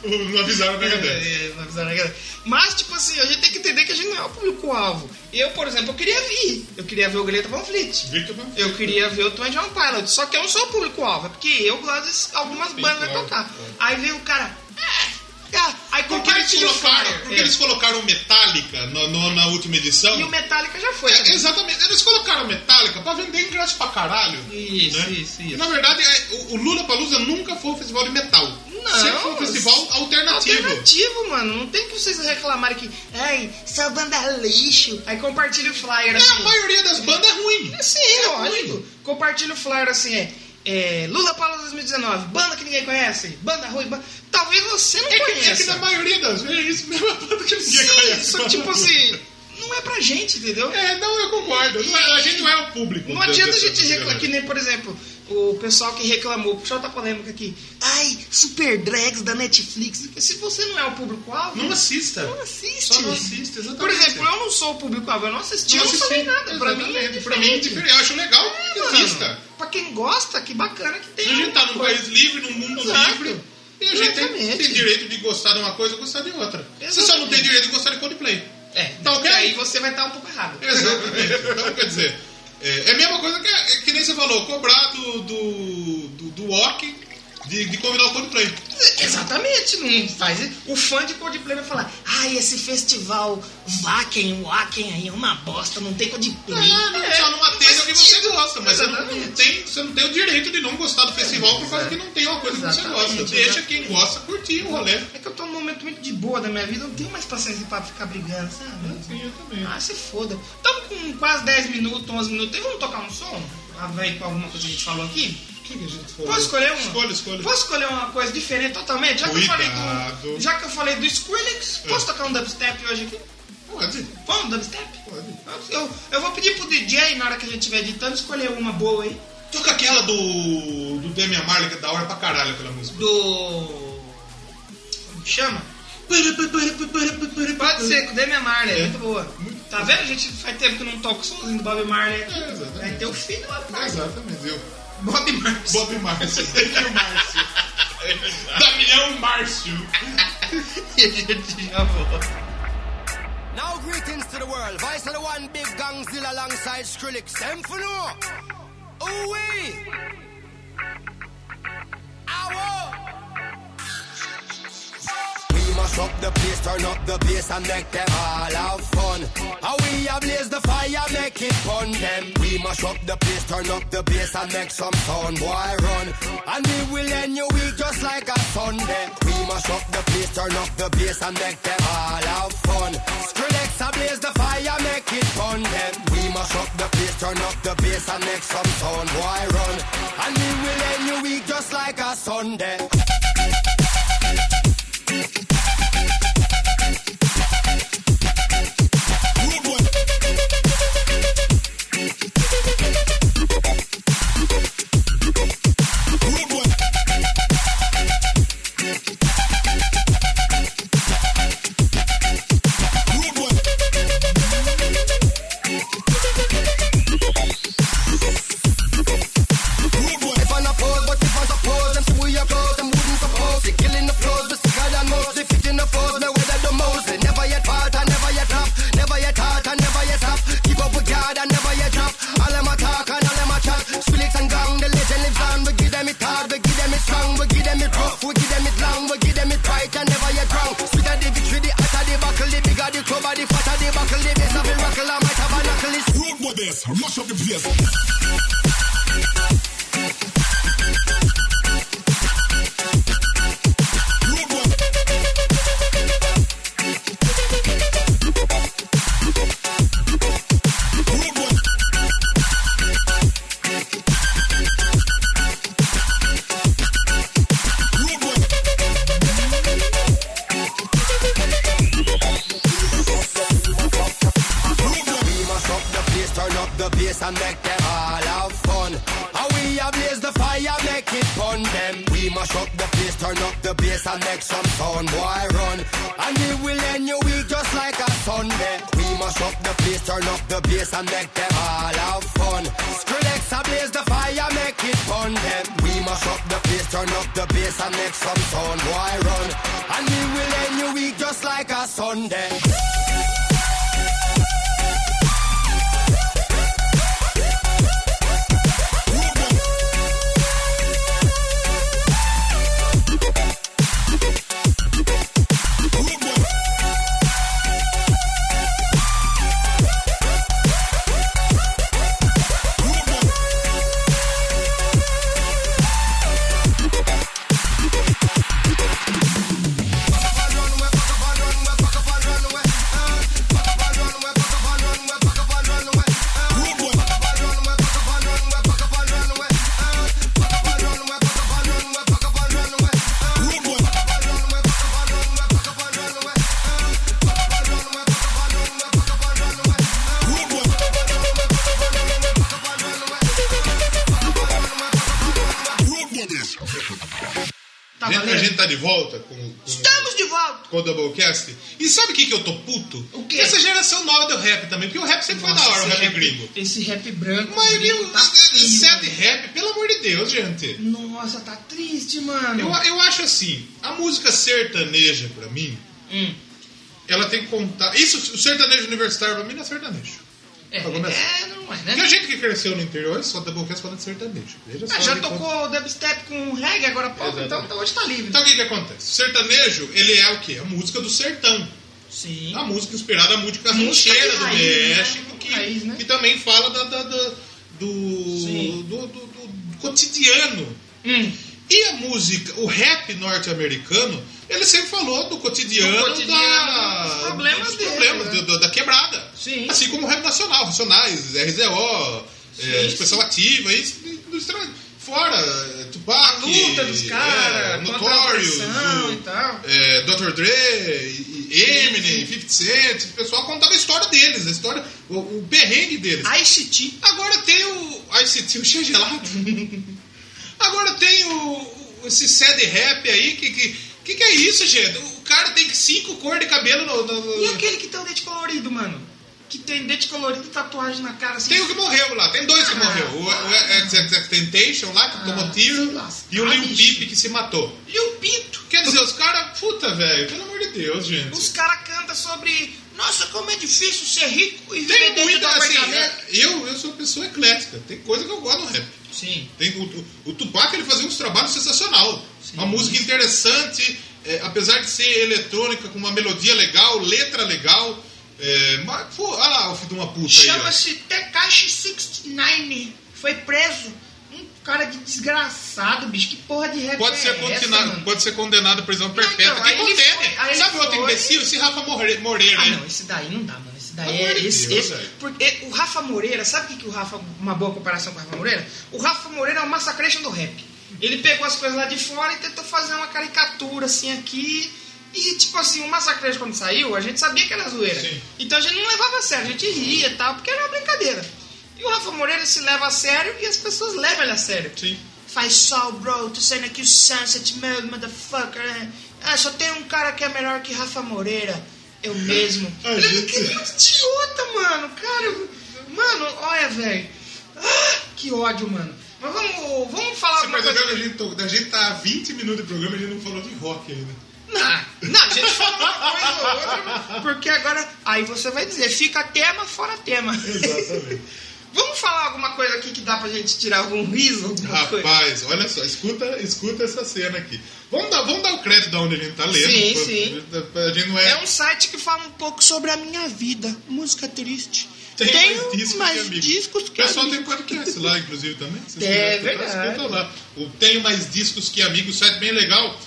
não avisaram o Megadeth.
É, é, não avisaram nada. Mas, tipo assim, a gente tem que entender que a gente não é o público-alvo. Eu, por exemplo, eu queria vir. Eu queria ver o Greta Van Fleet.
Victor Van Fleet.
Eu queria ver o Twenty One Pilot. Só que eu não sou o público-alvo. É porque eu gosto de algumas
Sim,
bandas
claro,
tocar.
claro.
Aí veio o cara... "Ah, ah", aí
Porque eles
compartilha o
colocaram, porque
É.
eles colocaram Metallica no- no- na última edição.
E o Metallica já foi.
É,
também.
exatamente, eles colocaram Metallica pra vender ingresso pra caralho.
Isso,
né?
isso,
E,
isso.
na verdade, é, o, o Lula Palusa nunca foi um festival de metal.
Não,
Sempre foi um festival alternativo.
Alternativo, mano. Não tem que vocês reclamarem que. Ai, só banda é lixo. Aí compartilha o flyer
É, a
assim.
maioria das bandas é ruim.
Sim, é lógico. Compartilha o flyer assim, é. é Lula Paulo 2019, banda que ninguém conhece, banda ruim, ba- talvez você não
É que,
conheça.
é que na maioria das vezes é isso mesmo, é a banda que ninguém
Sim,
conhece.
só tipo assim, não é pra gente, entendeu?
É, não, assim, eu concordo. Não é- a gente não é o público.
Não
da-
adianta a
dessa-
gente
dessa
reclamar,
galera.
que nem, por exemplo, o pessoal que reclamou, puxou outra polêmica aqui. Ai, Super Drags da Netflix. Se você não é o público-alvo,
Não assista.
não assiste.
Só não assista, exatamente.
Por exemplo, eu não sou o público-alvo, eu não assisti, eu
Não
não
assisti.
falei nada. Pra mim, é
Exatamente. Pra mim é diferente. Eu acho legal que
mano.
assista.
Pra quem gosta, que bacana que tem.
A gente tá num
alguma coisa.
país livre, num mundo
Exato.
livre. E a gente tem,
Exatamente.
tem direito de gostar de uma coisa ou gostar de outra. Você só não
Exatamente.
tem direito de gostar de Coldplay.
É,
Tá ok?
e aí você vai estar um pouco errado.
Exatamente. Então, quer dizer, é, é a mesma coisa que, é que nem você falou, cobrar do, do, do, do Walk de, de convidar o Coldplay.
Exatamente, não faz. O fã de Coldplay vai falar: ai, esse festival Wacken, Wacken aí é uma bosta, não tem Coldplay. É,
Ah, não, só não atende o que você
sentido.
gosta, mas você não, não
Exatamente.
tem, você não tem o direito de não gostar do festival por causa que não tem uma coisa que você
Exatamente,
gosta. Deixa
exatamente.
quem gosta curtir o rolê.
É que eu tô num momento muito de boa da minha vida, eu não tenho mais paciência pra ficar brigando, sabe?
Sim, eu também.
Ah, se foda. Estamos com quase 10 minutos, 11 minutos, e vamos tocar um som? Ah, vai com alguma coisa que a gente falou aqui?
O que, que a gente falou?
Posso escolher uma?
Escolha, escolha.
Posso escolher uma coisa diferente totalmente? Já que, eu falei do,
Cuidado.
já que eu falei do Skrillex,
É.
posso tocar um dubstep hoje aqui?
Pode.
Vamos, dubstep?
Pode.
Eu, eu vou pedir pro DJ, na hora que a gente estiver editando, escolher uma boa aí.
Toca aquela do, do Demi Marley, que é da hora pra caralho aquela música.
Do. Como que chama? Pode ser, com o Demi Marley, é.
É.
muito boa.
Muito
Tá vendo, gente? Faz tempo que não toca o somzinho do Bob Marley aqui.
É, exatamente.
Vai ter o filho lá atrás.
Exatamente, viu?
Bob Marley. (laughs)
Bob Márcio. Demi Márcio. Damião Márcio.
(laughs) E a gente já volta.
Now greetings to the world. Vice of the one big gangzilla alongside Skrillex. Them for no. Ooh wee. Ow. We must up the place, turn up the bass and make them all have fun. How we ablaze the fire, make it fun them. We must up the place, turn up the bass and make some sound, boy run. And we will end your week just like a Sunday. We must up the place, turn up the bass and make them all have fun. Skrillex ablaze the fire, make it fun them. We must up the place, turn up the bass and make some sound, boy run. And we will end your week just like a Sunday. If I not pose, but if I suppose, them see we are close, them wouldn't suppose. They killing the flows, but sicker than most. They fitting the foes, now weather the most. They never yet part, I never yet drop. Never yet heart, I never yet stop. Keep up with God, I never yet drop. All them attack and all them attack. Spillix and gang, the legend lives on. We give them it hard, we give them it strong, we give them it rough, we give them it long, we give them it right, I never yet wrong. Sweeter the victory, the hotter the buckle, the bigger the cover, the fatter the buckle, the base of the rockle, I might have a knuckle. It's
Road with this, mash up the place. Road with Road with Road with
We must up the place, turn up the bass and make them all have fun. How we ablaze the fire, make it fun them. We must up the place, turn up the bass and make some sound, boy run. And we will end your week just like a Sunday. We must up the place, turn up the bass and make them all have fun. Skrillex ablaze the fire, make it fun them. We must up the place, turn up the bass and make some sound, boy run. And we will end your week just like a Sunday. Run away, fuck up and run away, uh.
Tá
Gente, a
valendo?
gente tá de volta com, com,
Estamos de volta!
com o Doublecast. E sabe o que, que eu tô puto?
O quê?
Essa geração nova do rap também, porque o rap sempre foi da hora, o
esse
rap gringo.
Esse rap branco.
Mas ele é um
gringo tá feio,
sete
velho.
rap, pelo amor de Deus, gente.
Nossa, tá triste, mano.
Eu, eu acho assim, a música sertaneja pra mim,
Hum.
ela tem que contar. Isso, o sertanejo universitário pra mim não é sertanejo.
É,
Pra começar.
é, não é,
Tem
né?
gente que cresceu no interior é só tá Doublecast falando de sertanejo. Veja só
Ah, já
onde conta-
tocou o dubstep com reggae agora há pouco, então,
então. Exatamente.
então hoje tá livre.
Então o que, que acontece? O sertanejo, ele é o quê? A música do sertão.
Sim.
A música inspirada na música
Música de
rancheira do
raiz, né?
México, que,
Raiz, né?
que também fala da, da- da- do,
Sim.
do, do- do cotidiano.
Hum.
E a música, o rap norte-americano, ele sempre falou do cotidiano,
Do cotidiano,
da-
dos problemas
dos
dele,
problemas,
né?
do- do- da quebrada.
Sim.
Assim como o rap nacional, Racionais, RZO, é,
Sim,
Expressão Ativa, e isso do estranho. Fora, é, Tupac,
A luta dos
é,
caras, contra a
Notorious,
opressão
o-
e tal.
é, Dr. Dre, e- e Eminem, 50 Cent, o pessoal contava a história deles, a história, o, o perrengue deles.
ICT.
Agora tem o ICT, o chá gelado. Agora tem o, o- esse sad rap aí, que, que que que é isso, gente? O cara tem cinco cores de cabelo no... no- no-
E aquele que tem o dente colorido, mano? Que tem dente colorido e tatuagem na cara assim.
Tem o que morreu lá, tem dois que
Ah.
morreu. O, o Temptation lá, que tomou
se
tiro,
lascar,
e o Lil
bicho.
Peep que se matou.
Ah, E o Pinto.
Quer dizer, os caras, puta, velho, pelo amor de Deus, gente.
Os caras cantam sobre. Nossa, como é difícil ser rico e viver
Tem
dentro é
muita,
do
assim,
apartamento.
eu, eu sou uma pessoa eclética. Tem coisa que eu gosto no rap.
Sim.
Tem, o, o Tupac, ele fazia uns trabalhos sensacional. Uma música interessante, é, apesar de ser eletrônica, com uma melodia legal, letra legal. É, mas, pô, olha lá o filho de uma puta aí.
Chama-se Tekashi 69. Foi preso. Um cara de desgraçado, bicho. Que porra de
ó.
rap
Pode
é
ser,
essa,
condenado,
mano?
pode ser condenado à prisão
então,
perpétua.
aí
que
ele foi- aí
condene.
ele
Sabe outro
foi-
imbecil? Esse Rafa né? Morre- Moreira,
Ah,
aí.
não, esse daí não dá, mano. Esse daí
Pelo amor
é.
de
Esse,
Deus,
esse-
velho.
porque é, o Rafa Moreira, sabe o que, que o Rafa. Uma boa comparação com o Rafa Moreira? O Rafa Moreira é o Massacration do rap. Ele pegou as coisas lá de fora e tentou fazer uma caricatura assim aqui. E tipo assim, o Massacration quando saiu, a gente sabia que era zoeira.
Sim.
Então a gente não levava a sério, a gente ria e tal, porque era uma brincadeira. E o Rafa Moreira se leva a sério e as pessoas levam ele a sério.
Sim.
Faz sol, bro, tô saindo aqui o sunset, meu motherfucker. né? Ah, só tem um cara que é melhor que Rafa Moreira. Eu
(laughs)
mesmo.
A
Ele
gente-
Que muito idiota, mano. Cara, eu- mano, olha, velho. Ah, que ódio, mano. Mas vamos, vamos falar
Você
alguma coisa. assim.
percebeu que a gente, to- a gente tá há 20 minutos de programa e a gente não falou de rock
(laughs)
ainda.
Não, não, a gente fala uma coisa ou outra, porque agora. Aí você vai dizer, fica tema, fora tema.
Exatamente.
(laughs) vamos falar alguma coisa aqui que dá pra gente tirar algum riso, alguma coisa.
Rapaz, olha só, escuta, escuta essa cena aqui. Vamos dar, vamos dar o crédito de onde a gente tá lendo.
Sim,
pra-
sim.
pra- A gente não é.
É um site que fala um pouco sobre a minha vida. Música triste.
tem mais discos que
um mais
amigos.
discos
O
que
pessoal
amigos.
tem podcast lá, inclusive, também. Se vocês
É
quiserem escutar,
verdade.
escuta lá. O Tenho Mais Discos Que Amigos, site bem legal.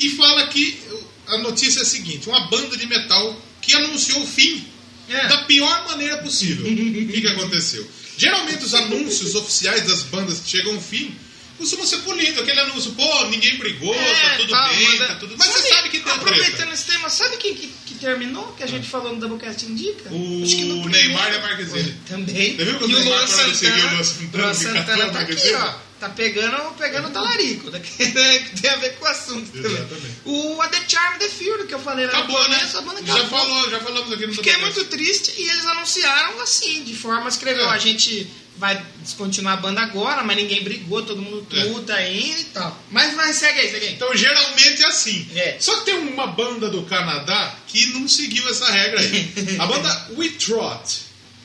E fala que a notícia é a seguinte: uma banda de metal que anunciou o fim
É.
da pior maneira possível. O que, que aconteceu? Geralmente os anúncios oficiais das bandas que chegam ao fim costumam ser polidos. Aquele anúncio, pô, ninguém brigou, tá tudo
tá,
bem,
manda-
tá tudo... Mas
Sabe,
você sabe que tem uma
Aproveitando
treta.
esse tema, sabe quem que, que terminou? Que a gente falou no Doublecast Indica?
O
primeiro.
Neymar e a Marquezine.
Também.
Você viu que o
e o
Neymar
Luan
falou que você viu o
Santana, Luan
Luan Santana ficar
Santana tá
falando
aqui,
desse?
ó. Tá pegando, pegando o talarico. né, (laughs) Que tem a ver com o assunto também.
Exatamente.
O A The Charm The Fury, que eu falei lá
Acabou,
no
né?
começo, a banda
Já
acabou.
falou, já falamos aqui no
Fiquei
podcast.
é muito triste e eles anunciaram assim, de forma escreveu,
É.
a gente vai descontinuar a banda agora, mas ninguém brigou, todo mundo
É.
truta ainda e tal. Mas, mas segue aí, segue aí.
Então geralmente é assim.
É.
Só que tem uma banda do Canadá que não seguiu essa regra aí. A banda We Trot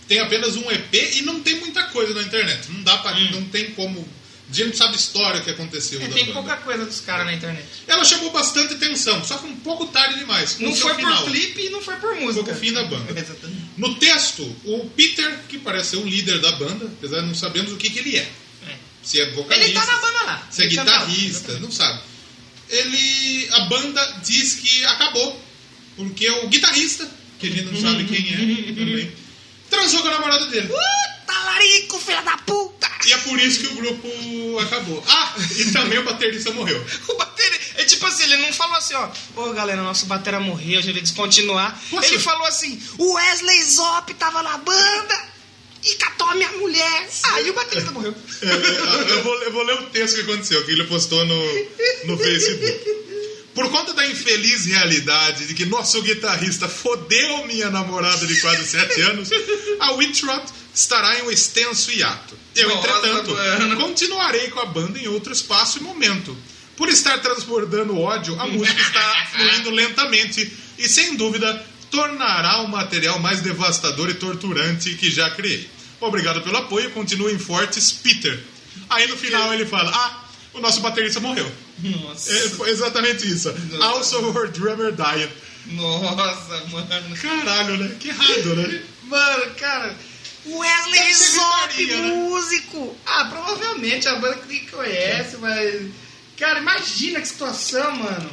tem apenas um EP e não tem muita coisa na internet. Não dá para, não tem como. A gente não sabe a história que aconteceu
Hum. É,
da
tem
banda.
pouca coisa dos caras na internet.
Ela chamou bastante atenção, só que um pouco tarde demais. com
Não
seu
foi
final.
por clipe e não foi por música.
Foi com o fim da banda.
Exatamente.
No texto, o Peter, que parece ser o líder da banda, apesar de não sabemos o que, que ele é.
É.
Se é vocalista.
Ele tá na banda lá.
Se é
Ele canta lá.
guitarrista, não sabe. Ele. A banda diz que acabou. Porque é o guitarrista, que a gente não sabe (laughs) quem é também, transou com a namorada dele.
Uh, talarico, filha da puta!
E é por isso que o grupo acabou. Ah, e também o baterista morreu.
(laughs) O batera, é tipo assim, ele não falou assim, ó, ô galera, nosso batera morreu, a gente vai descontinuar.
Nossa.
Ele falou assim, o Wesley Zop tava na banda, e catou a minha mulher. Aí o baterista morreu.
Eu vou, eu vou ler o texto que aconteceu, que ele postou no, no Facebook. Por conta da infeliz realidade de que nosso guitarrista fodeu minha namorada de
(laughs)
quase 7 anos, a Wittrot estará em um extenso hiato. Eu,
Nossa,
entretanto,
mano.
continuarei com a banda em outro espaço e momento. Por estar transbordando ódio, a
(laughs)
música está fluindo lentamente e, sem dúvida, tornará o material mais devastador e torturante que já criei. Obrigado pelo apoio, continuem fortes, Peter. Aí no final ele fala: Ah, o nosso baterista morreu.
Nossa.
É, foi exatamente isso. Also, our drummer died.
Nossa, mano.
Caralho, né? Que errado, né?
Mano, cara. o Wesley
Deve ser
Zop,
gritaria, né?
músico! Ah, provavelmente a banda que nem conhece, mas. Cara, imagina que situação, mano.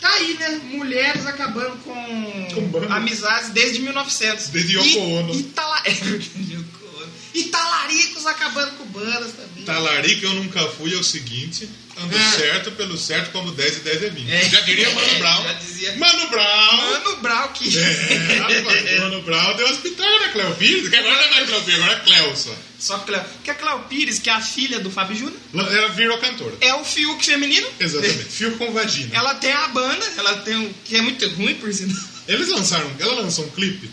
Tá aí, né? Mulheres acabando com,
Com banda.
amizades desde 1900.
Desde
E-
Yoko Ono.
E, tala... (laughs) Yoko Ono. e talaricos acabando com bandas também.
Tá. Talarico eu nunca fui é o seguinte: ando
Ah.
certo pelo certo, como 10 e 10 é 20.
É.
Já diria Mano
É,
Brown.
já dizia.
Mano Brown!
Mano Brown que.
É, rapaz, o Mano Brown deu hospital na Cleo Pires, que agora não é mais Cleo Pires, agora é Cleusa.
(laughs) Só Cleo. Porque a Cleo Pires, que é a filha do Fábio Júnior,
Ela virou cantora.
é o Fiuk feminino.
Exatamente. Fio com vagina.
Ela tem a banda, ela tem um. que é muito ruim, por sinal.
Eles lançaram, ela lançou um clipe.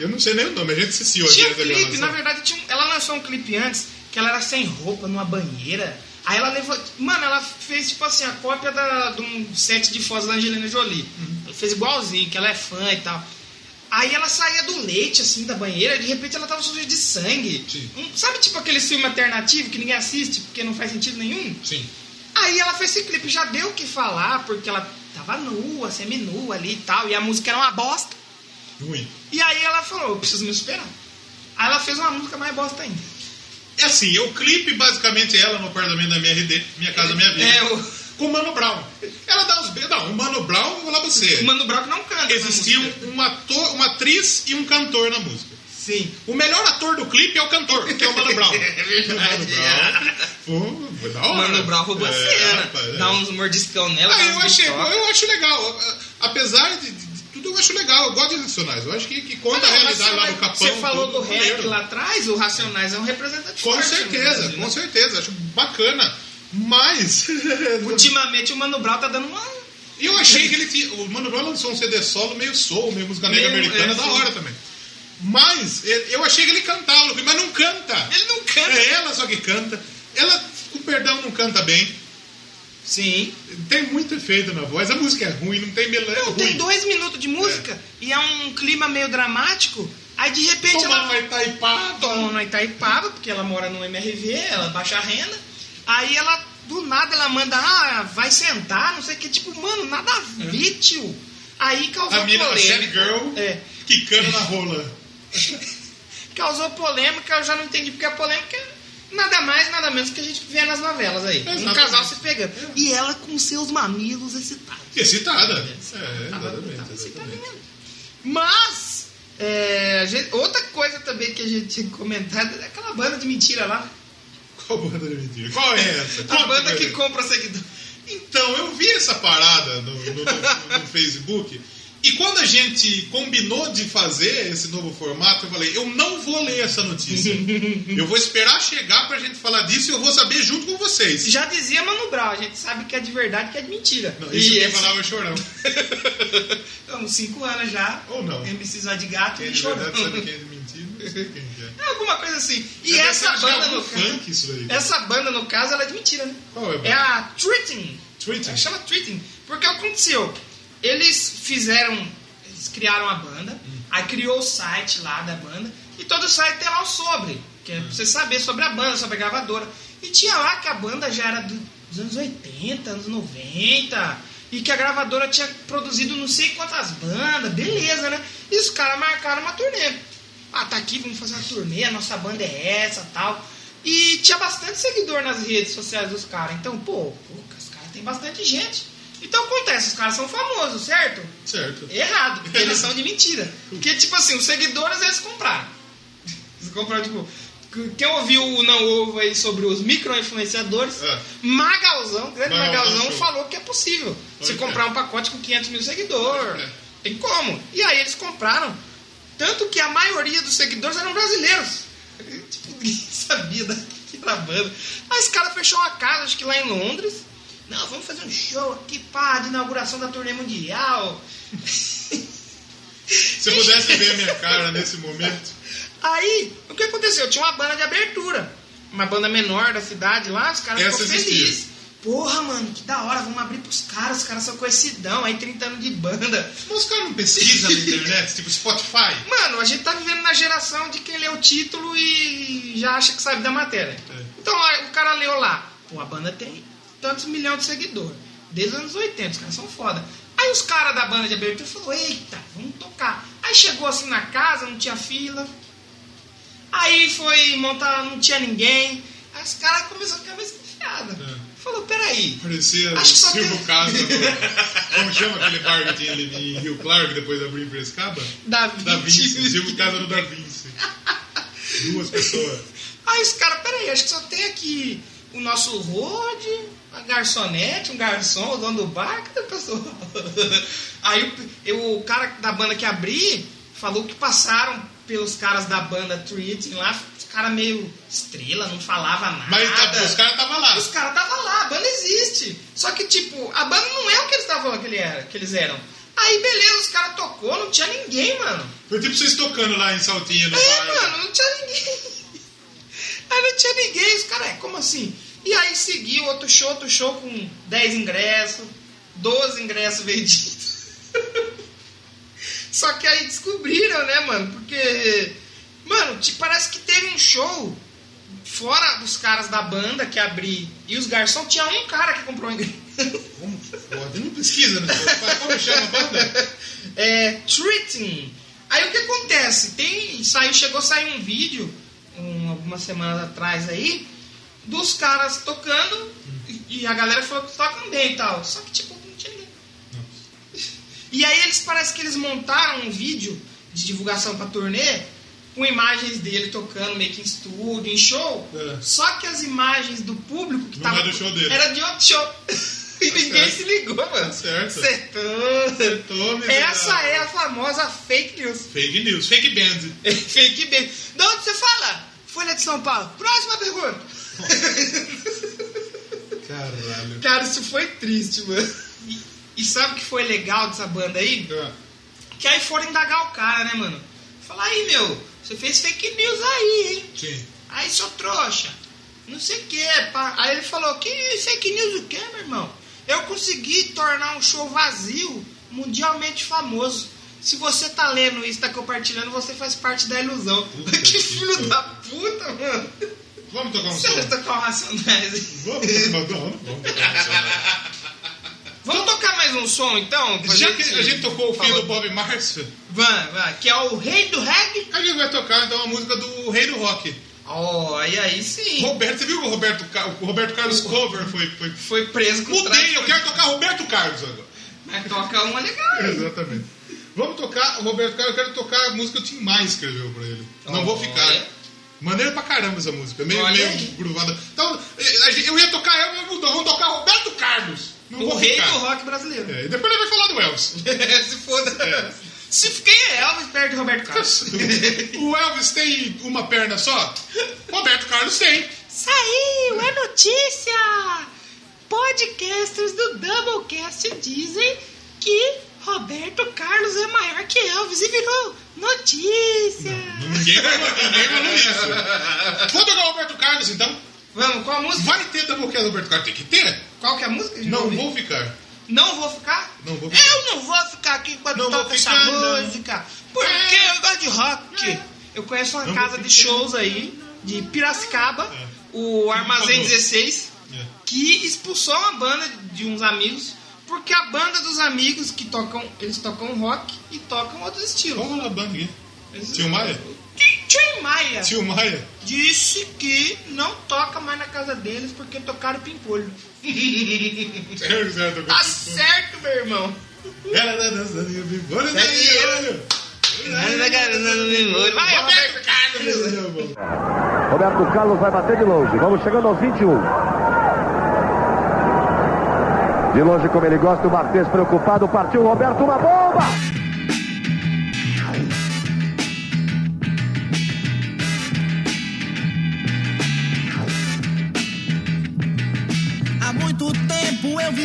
Eu não sei nem o nome, a gente se ciou
Tinha
dias
um
da
clipe, na
gravação.
verdade, tinha um- ela lançou um clipe antes que ela era sem roupa numa banheira. Aí ela levou. Mano, ela fez tipo assim, a cópia da, de um set de fotos da Angelina Jolie. Ela fez igualzinho, que ela é fã e tal. Aí ela saía do leite, assim, da banheira, e de repente ela tava suja de sangue.
Sim.
Um- sabe tipo aquele filme alternativo que ninguém assiste porque não faz sentido nenhum?
Sim.
Aí ela fez esse clipe, já deu o que falar, porque ela tava nua, seminua ali e tal, e a música era uma bosta.
Ruim.
E aí ela falou, eu preciso me superar. Aí ela fez uma música mais bosta ainda.
É assim, o clipe basicamente é ela no apartamento da MRD, Minha Casa Minha Vida.
É, o-
Com o Mano Brown. Ela dá os beijos. Não, o Mano Brown, vou falar pra você.
O Mano Brown que não canta. né?
Existia
na música.
um, um ator, uma atriz e um cantor na música.
Sim.
O melhor ator do clipe é o cantor, que é
(laughs)
o Mano Brown.
É verdade.
(laughs) O Mano Brown. Pô, foi da
O
hora.
Mano Brown roubou a
É,
cena.
rapaz, é.
Dá uns mordiscão nela.
Ah,
dá um
eu
uns
achei,
bitoca.
eu acho legal. A- Apesar de, de- de tudo, eu acho legal. Eu gosto de adicionais. Eu acho que, que
Não,
conta a
mas
realidade
você
lá
vai-
do Capão.
Você falou
tudo,
do rap
maneiro.
lá atrás, o Racionais é um representante
Com
forte no
certeza,
Brasil,
com
né?
certeza. Acho bacana.
(laughs)
Mas.
Ultimamente o Mano Brown tá dando uma...
eu achei que ele tinha. O Mano Brown lançou um CD solo meio soul, meio música negra
Meio-
americana,
é,
da
sim.
hora também. Mas ele- eu achei que ele cantava, no filme, mas não canta.
Ele não canta.
É ela só que canta. Ela, com perdão, não canta bem.
Sim.
Tem muito efeito na voz. A música é ruim, não tem melodia.
Não, tem dois minutos de música e é um clima meio dramático. Aí de repente
Toma
ela
vai taipar.
toma na Itaipava, porque ela mora no MRV, ela baixa a renda. Aí ela, do nada, ela manda, ah, vai sentar, não sei o que. Tipo, mano, nada a ver, tio. Aí causou
Uhum. A mina da Sad
polêmica.
Girl
É.
quicando na rola.
Causou polêmica, eu já não entendi porque a polêmica é nada mais, nada menos que a gente vê nas novelas aí. Um
Exatamente. Uhum.
casal se pegando. E ela com seus mamilos excitados.
Excitada. É,
Tava-
exatamente.
tava excitada
exatamente.
mesmo. Mas, é, a gente- outra coisa também que a gente tinha comentado é aquela banda de mentira lá.
Qual banda de mentira? Qual é essa?
A
Conta,
banda que
Pedro.
compra seguidor.
Então, eu vi essa parada no, no- no- no Facebook. E quando a gente combinou de fazer esse novo formato, eu falei, eu não vou ler essa notícia. Eu vou esperar chegar pra gente falar disso e eu vou saber junto com vocês.
Já dizia Mano Brown, a gente sabe que é de verdade que é de mentira.
Não, isso quem
esse-
falava é
(laughs)
chorão.
Há uns 5 anos já.
Ou não.
MC Zóio de Gato
Quem é
e
de
chorou.
verdade sabe quem é de mentira, não sei quem que é.
É alguma coisa assim. E
Deve
essa
ser de
banda,
algum
no caso,
é um funk isso daí.
essa banda, no caso, ela é de mentira, né?
Qual é a banda?
É a Treating.
Treating.
Ela chama Treating. Porque o que aconteceu? Eles fizeram. Eles criaram a banda, aí criou o site lá da banda, e todo site tem lá o sobre, que é pra você saber sobre a banda, sobre a gravadora. E tinha lá que a banda já era do- dos anos 80, anos 90, e que a gravadora tinha produzido não sei quantas bandas, beleza, né? E os caras marcaram uma turnê. Ah, tá aqui, vamos fazer uma turnê, a nossa banda é essa tal. E tinha bastante seguidor nas redes sociais dos caras. Então, pô, pô, os caras têm bastante gente. Então acontece, os caras são famosos, certo?
Certo.
Errado, porque eles são de mentira. Porque, tipo assim, os seguidores eles compraram. Eles compraram, tipo. Quem ouviu o Não Ovo aí sobre os micro-influenciadores,
É.
Magalzão, grande
Magalzão
Magalzão,
show.
falou que é possível.
Pois
Você
é.
comprar um pacote com 500 mil
Pois
seguidores.
é.
Tem como. E aí eles compraram. Tanto que a maioria dos seguidores eram brasileiros. (laughs) Tipo, ninguém sabia da, da banda. Aí esse cara fechou uma casa, acho que lá em Londres. Não, vamos fazer um show aqui, pá, de inauguração da turnê mundial.
Se pudesse ver a minha cara nesse momento.
Aí, o que aconteceu? Tinha uma banda de abertura. Uma banda menor da cidade lá, os caras
Essa
ficou
existia.
felizes. Porra, mano, que da hora, vamos abrir pros caras, os caras são conhecidão, aí 30 anos de banda.
Mas os caras não pesquisam na internet, tipo Spotify.
Mano, a gente tá vivendo na geração de quem lê o título e já acha que sabe da matéria.
É.
Então ó, o cara leu lá, pô, a banda tem tantos milhões de seguidores. Desde os anos 80, os caras são foda. Aí os caras da banda de abertura falaram, eita, vamos tocar. Aí chegou assim na casa, não tinha fila. Aí foi montar, não tinha ninguém. Aí os caras começaram a ficar mais desconfiados.
É.
Falou, peraí,
Parecia o
Acho que só
Silvio
tem-
Casa. no- Como chama aquele bar que tinha ali em Rio Claro, que depois abriu em Prescaba?
Da (laughs)
Da Vinci.
Vinci.
Silvio Casa do Da Vinci. Duas pessoas.
Aí os caras, Ah, peraí, acho que só tem aqui o nosso road, a garçonete, um garçom, o dono do bar, cadê a pessoa? (laughs) Aí o, eu- o cara da banda que abri falou que passaram pelos caras da banda Treating lá, os caras meio estrela, não falava nada.
Mas tá- os caras estavam lá.
Os caras estavam lá, a banda existe. Só que, tipo, a banda não é o que eles estavam falando que, ele era, que eles eram. Aí, beleza, os caras tocou, não tinha ninguém, mano.
Foi tipo vocês tocando lá em Saltinha no
É,
bar.
mano, não tinha ninguém. (laughs) Aí não tinha ninguém, os caras, como assim? E aí seguiu outro show, outro show com 10 ingressos, 12 ingressos vendidos. (laughs) Só que aí descobriram, né, mano? Porque, mano, te- parece que teve um show fora dos caras da banda que abri e os garçons, tinha um cara que comprou um ingresso.
Como foda? Não pesquisa no Spotify. Como chama a banda?
(laughs) é, treating. Aí o que acontece? Tem, saiu, chegou a sair um vídeo um, algumas semanas atrás aí dos caras tocando e, e a galera falou que tocam bem e tal. Só que tipo, não tinha ninguém. E aí eles parece que eles montaram um vídeo de divulgação pra turnê com imagens dele tocando meio que em estúdio, em show.
É.
Só que as imagens do público que
Não
tava.
era do show dele.
Era de outro show. (laughs) e ninguém
certo.
se ligou, mano. é
Tá certo.
Acertou.
Acertou, minha
Essa
verdade.
é a famosa fake news.
Fake news. Fake
(laughs)
band.
fake bem. De onde você fala? Folha de São Paulo. Próxima pergunta. (laughs)
Caralho.
Cara, isso foi triste, mano. E, e sabe o que foi legal dessa banda aí?
Ah,
Que aí foram indagar o cara, né, mano? Falar aí, meu, você fez fake news aí, hein?
Sim.
Aí, seu trouxa, não sei o que. Pá. Aí ele falou, que fake news o que, meu irmão? Eu consegui tornar um show vazio mundialmente famoso. Se você tá lendo isso, tá compartilhando, você faz parte da ilusão.
Puta
(laughs) que
que
filho
pariu.
da puta, mano.
Vamos tocar um
Você tá
som?
vai tocar o Racionais aí.
Vamos tocar um som? Vamos tocar um som. né?
Vamos tocar mais um som, então? pra
Já que a gente tocou o fim
falar.
do Bob Marcio,
Vai, vai, que é o rei do reggae.
a gente vai tocar então a música do Rei do Rock.
Ó, e aí sim.
Roberto, você viu que o Roberto, Ca- o Roberto Carlos cover foi. foi...
Foi preso com
Mudei, eu
tráfico.
quero tocar Roberto Carlos agora.
Mas toca uma legal.
Exatamente. Vamos tocar, o Roberto Carlos, eu quero tocar a música que o Tim Maia escreveu pra ele. Não vou ficar.
Olha.
Maneiro pra caramba essa música, meio,
Olha aí.
meio gruvada. Então, eh, a gente- eu ia tocar ela, mas mudou. Vamos tocar Roberto Carlos. Não
O
vou
rei
ficar.
do rock brasileiro.
É, e depois ele vai falar
(laughs)
do Elvis.
Se foda.
É.
Se quem é Elvis perto de Roberto Carlos?
o Elvis tem uma perna só? Roberto Carlos tem.
Saiu! É notícia! Podcasters do Doublecast dizem que Roberto Carlos é maior que Elvis e virou notícia!
Ninguém falou, ninguém falou isso. Vou tocar o Roberto Carlos, então.
Vamos, qual a música?
Vai ter Doublecast do Roberto Carlos. Tem que ter.
Qual que é a música?
Não
Não
vou ficar.
Não vou ficar?
Não vou ficar.
Eu não vou ficar aqui enquanto
Não vou
toca essa
ficar, não. É.
música. Porque eu gosto de rock. Eu conheço uma
Não vou
casa de
ficar.
shows aí, de Piracicaba,
É.
o Armazém
Acabou.
16,
É.
que expulsou uma banda de uns amigos, porque a banda dos amigos que tocam, eles tocam rock e tocam outros estilos.
Vamos lá, banda aqui.
Eles-
Tio Maia?
Tim- Tim Maia
Tio Maia?
disse que não toca mais na casa deles porque tocaram pimpolho.
Sério, Zé,
tá certo, meu irmão.
Ela tá dançando e o bigode tá
Sério? Vai, Roberto Carlos.
aí,
Roberto Carlos vai bater de longe. Vamos chegando aos 21. De longe, como ele gosta, o Martins preocupado. Partiu Roberto, uma bomba!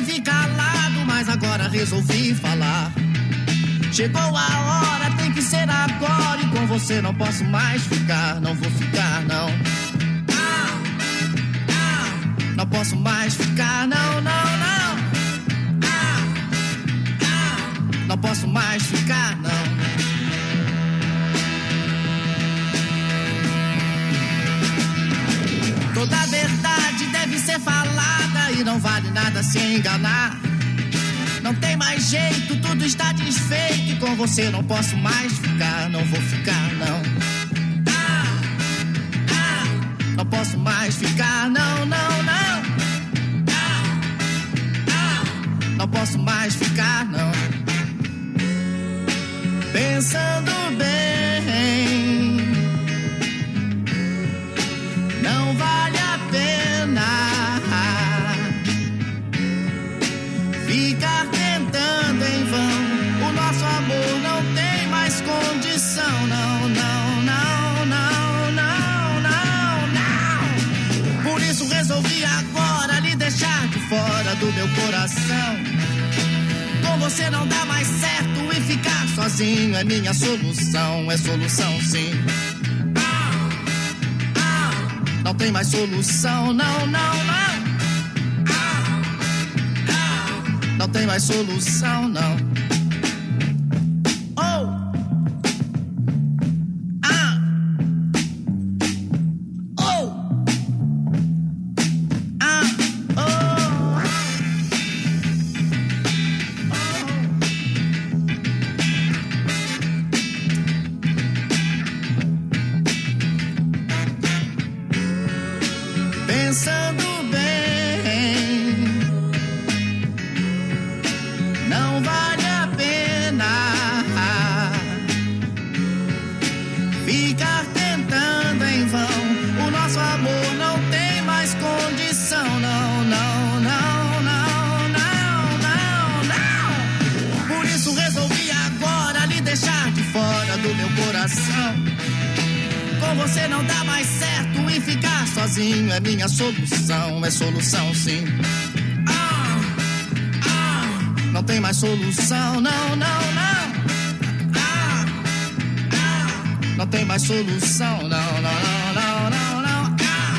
sempre calado, mas agora resolvi falar. Chegou a hora, tem que ser agora. E com você não posso mais ficar, não vou ficar, não. Não, não. Não posso mais ficar, não, não, não. Não, não. Não posso mais ficar, não. Toda verdade deve ser falada e não vale nada se enganar. Não tem mais jeito, tudo está desfeito e com você não posso mais ficar, não vou ficar não. Ah, ah, não posso mais ficar, não, não, não. Ah, ah, não posso mais ficar não. Pensando bem, não vale a pena ficar tentando em vão. O nosso amor não tem mais condição, não, não, não, não, não, não, não. Por isso resolvi agora lhe deixar de fora do meu coração. Com você não dá mais certo e ficar sozinho é minha solução, é solução sim. Não tem mais solução, não, não, não. Não tem mais solução, não. Oh! Ah! Oh! Ah! Oh! Oh! pensando bem. Não vale a pena ficar tentando em vão. O nosso amor não tem mais condição, não, não, não, não, não, não, não. Por isso resolvi agora lhe deixar de fora do meu coração. Com você não dá mais certo e ficar sozinho é minha solução, é solução sim. Ah, ah, não tem mais solução, não, não, não. Ah, ah, não tem mais solução, não, não, não, não, não, não. Ah,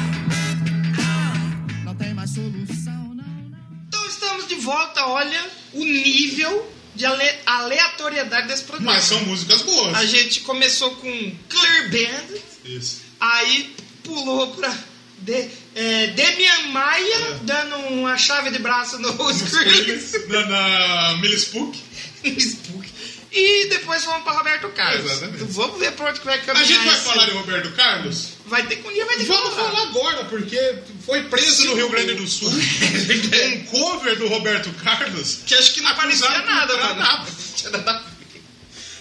ah, não tem mais solução, não, não.
Então estamos de volta, olha o nível de ale- aleatoriedade desse programa.
Mas são músicas boas.
A gente começou com Clear Band,
Isso.
aí pulou pra de, é, Demian Maia
É.
dando uma chave de braço no (laughs) Skrillex.
Na, na Millie Spook.
Spook. E depois vamos pra Roberto Carlos.
Exatamente.
Vamos ver pra onde que vai caminhar.
A gente vai
esse-
falar de Roberto Carlos?
Vai ter que um dia vai ter que
Vamos falar agora, porque foi preso no Rio Grande do
(laughs)
Sul um cover do Roberto Carlos
Que acho que não aparecia
Acusado
nada,
por
mano.
nada.
Tinha nada a ver.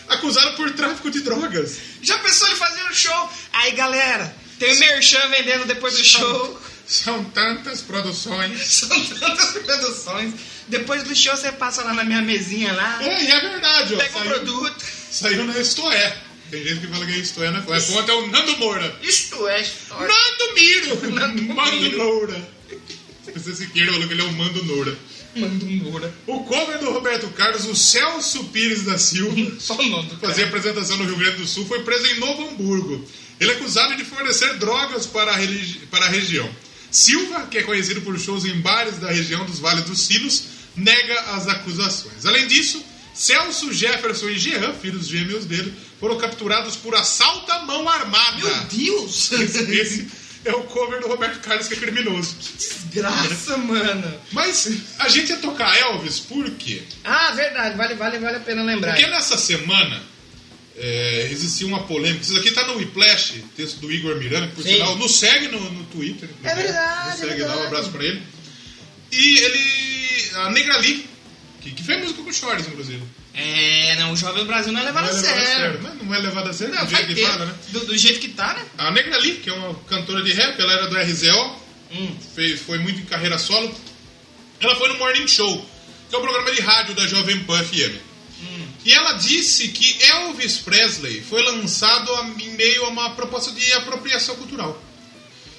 acusado por tráfico de drogas.
Já pensou ele fazer um show? Aí galera, tem o Merchan vendendo depois do show.
São
(laughs)
tantas produções.
São tantas produções. Depois do show você passa lá na minha mesinha lá,
É, e é verdade, ó.
pega o
Saiu,
produto.
saiu na Estoé. Tem gente que fala que é Estoé, né? Mas conta é o Nando Moura.
Isto é história.
(laughs) Nando Miro!
Nando
Mando
Miro.
Moura. Você se queira, falou que ele é o Mando Noura.
Manda um Moura.
O cover do Roberto Carlos, o Celso Pires da Silva.
Só o nome do
fazer apresentação no Rio Grande do Sul, foi preso em Novo Hamburgo. Ele é acusado de fornecer drogas para a, religi- para a região. Silva, que é conhecido por shows em bares da região dos Vales dos Sinos, nega as acusações. Além disso, Celso, Jefferson e Jean, filhos gêmeos dele, foram capturados por assalto à mão armada.
Meu Deus!
(laughs) Esse, esse é o cover do Roberto Carlos, que é criminoso.
Desgraça, mano.
Mas a gente ia tocar Elvis, por quê?
Ah, verdade. Vale, vale, vale a pena lembrar.
Porque nessa semana é, existiu uma polêmica. Isso aqui tá no Whiplash, texto do Igor Miranda, que por
Sim.
sinal nos segue no, no Twitter. né?
É verdade,
Nos
é
segue lá,
verdade.
um abraço pra ele. E ele. A Negra Lee, que, que fez música com o Shores, inclusive.
É, não, o Jovem Brasil não é levado a
Não é levada a sério,
sério.
mas Não é levada a sério,
Não,
do
vai
jeito que
ter.
fala, né?
Do, do jeito que tá, né?
A Negra Lee, que é uma cantora de rap, ela era do RZO,
Hum.
fez, foi muito em carreira solo. Ela foi no Morning Show, que é o programa de rádio da Jovem Pan FM.
Hum.
E ela disse que Elvis Presley foi lançado a- em meio a uma proposta de apropriação cultural.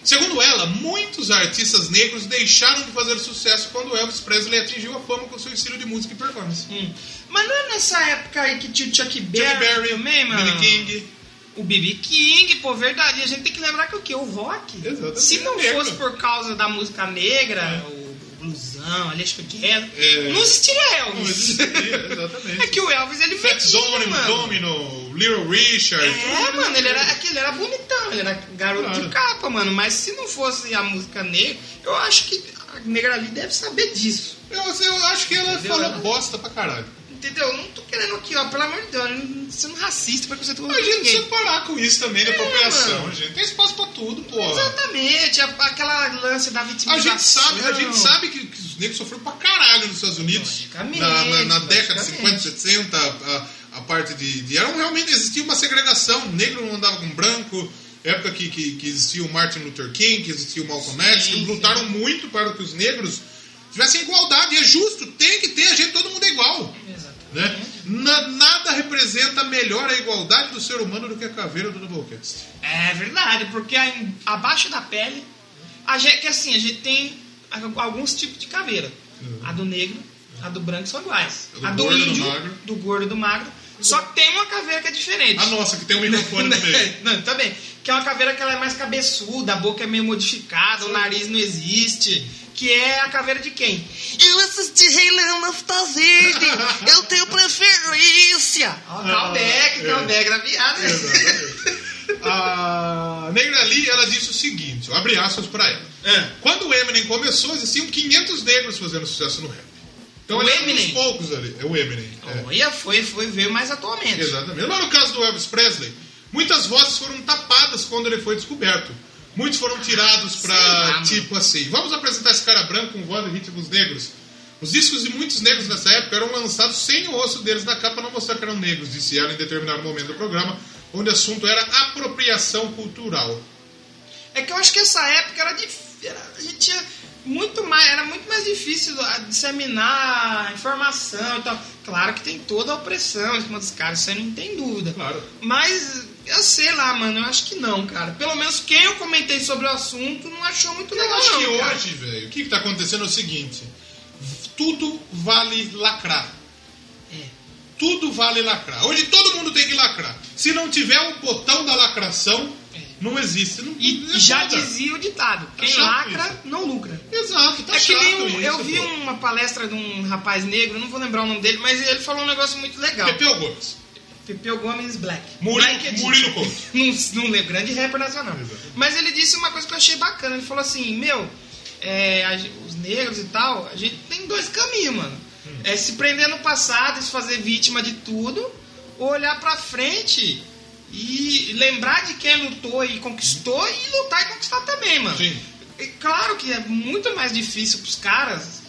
Segundo ela, muitos artistas negros deixaram de fazer sucesso quando Elvis Presley atingiu a fama com seu estilo de música e performance.
Hum. Mas não é nessa época aí que tinha o Chuck Berry,
Chuck Berry,
também, mano?
Billy King.
O BB King, pô, verdade. E a gente tem que lembrar que o quê? O rock.
Exatamente.
Se não
Negro.
fosse por causa da música negra, o o bluesão, a Electric Jazz,
É.
não existiria Elvis.
Não existia, exatamente.
É que o Elvis, ele
Fat
vendia,
Zone,
mano.
Domino, Little Richard.
É, mano, ele era, aquele era bonitão, ele era garoto de
Claro.
capa, mano. Mas se não fosse a música negra, eu acho que a negra ali deve saber disso.
Eu, eu acho que ela
Entendeu?
falou bosta pra caralho.
Entendeu? Não tô querendo aqui, ó, pelo amor de Deus, não- sendo racista, porque você tá
A
falando
gente
ninguém.
precisa parar com isso também da
É,
apropriação,
mano.
gente. Tem espaço pra tudo, porra.
Exatamente, a- aquela lance da
A
vitimização.
gente sabe, a gente sabe que, que os negros sofreram pra caralho nos Estados Unidos. Na,
Logicamente,
na- na década de
logicamente.
50, 60, a, a parte de. de eram, realmente existia uma segregação. Negro não andava com branco. Época que, que, que existia o Martin Luther King, que existia o Malcolm X, que
sim.
lutaram muito para que os negros tivessem igualdade. E é justo, tem que ter, a gente, todo mundo é igual.
Exatamente.
Né? Na- nada representa melhor a igualdade do ser humano do que a caveira do Doublecast.
É verdade, porque aí, abaixo da pele, a gente, que assim, a gente tem a- alguns tipos de caveira. A do negro, a do branco são iguais.
A Uhum. do
a do
gordo, do
índio,
magro.
do gordo e do magro. Só que tem uma caveira que é diferente.
A nossa, que tem um
(laughs)
microfone no meio.
Não, também. Que é uma caveira que ela é mais cabeçuda, a boca é meio modificada, o nariz não existe. Que é a caveira de quem? Eu assisti Rei Leão na Verde, (laughs) eu tenho preferência. Ó, Caldeck,
Ah, é.
Caldeck na viada.
A Negra Lee, ela disse o seguinte, eu abri aspas pra ela.
É.
Quando o Eminem começou, existiam 500 negros fazendo sucesso no rap. Então
O
ele era um dos
Eminem? Então,
poucos ali. É o Eminem. é.
(laughs) Olha, foi, foi, veio mais atualmente.
Exatamente. Lá no caso do Elvis Presley, muitas vozes foram tapadas quando ele foi descoberto. Muitos foram tirados
Ah, sei lá,
pra
mano.
tipo assim, vamos apresentar esse cara branco com voz e ritmos negros. Os discos de muitos negros nessa época eram lançados sem o osso deles na capa pra não mostrar que eram negros, disse ela em determinado momento do programa, onde o assunto era apropriação cultural.
É que eu acho que essa época era difícil. A gente tinha muito mais. Era muito mais difícil a- disseminar a informação e tal. Claro que tem toda a opressão em cima dos caras, isso aí não tem dúvida.
Claro.
Mas eu sei lá, mano, eu acho que não, cara. Pelo menos quem eu comentei sobre o assunto não achou muito
Eu
legal.
acho
não,
que
cara.
hoje, velho, o que, que tá acontecendo é o seguinte: v- tudo vale lacrar.
É.
Tudo vale lacrar. Hoje todo mundo tem que lacrar. Se não tiver o botão da lacração,
É.
não existe. Não,
E
é
já
foda.
dizia o ditado: quem
chato
lacra, não lucra.
Exato, tá
é que
chato
nem um-
isso,
eu vi
pô.
uma palestra de um rapaz negro, não vou lembrar o nome dele, mas ele falou um negócio muito
(laughs)
legal.
Pepeu Gomes.
Pepeu Gomes Black.
Murilo-
Black Edith.
Murilo Couto.
(laughs) Não, não lembro, grande rapper nacional.
Exato.
Mas ele disse uma coisa que eu achei bacana. Ele falou assim, meu, é, a gen- os negros e tal, a gente tem dois caminhos, mano.
Hum.
É se prender no passado e se fazer vítima de tudo, ou olhar pra frente e lembrar de quem lutou e conquistou e lutar e conquistar também, mano.
Sim.
E claro que é muito mais difícil pros caras.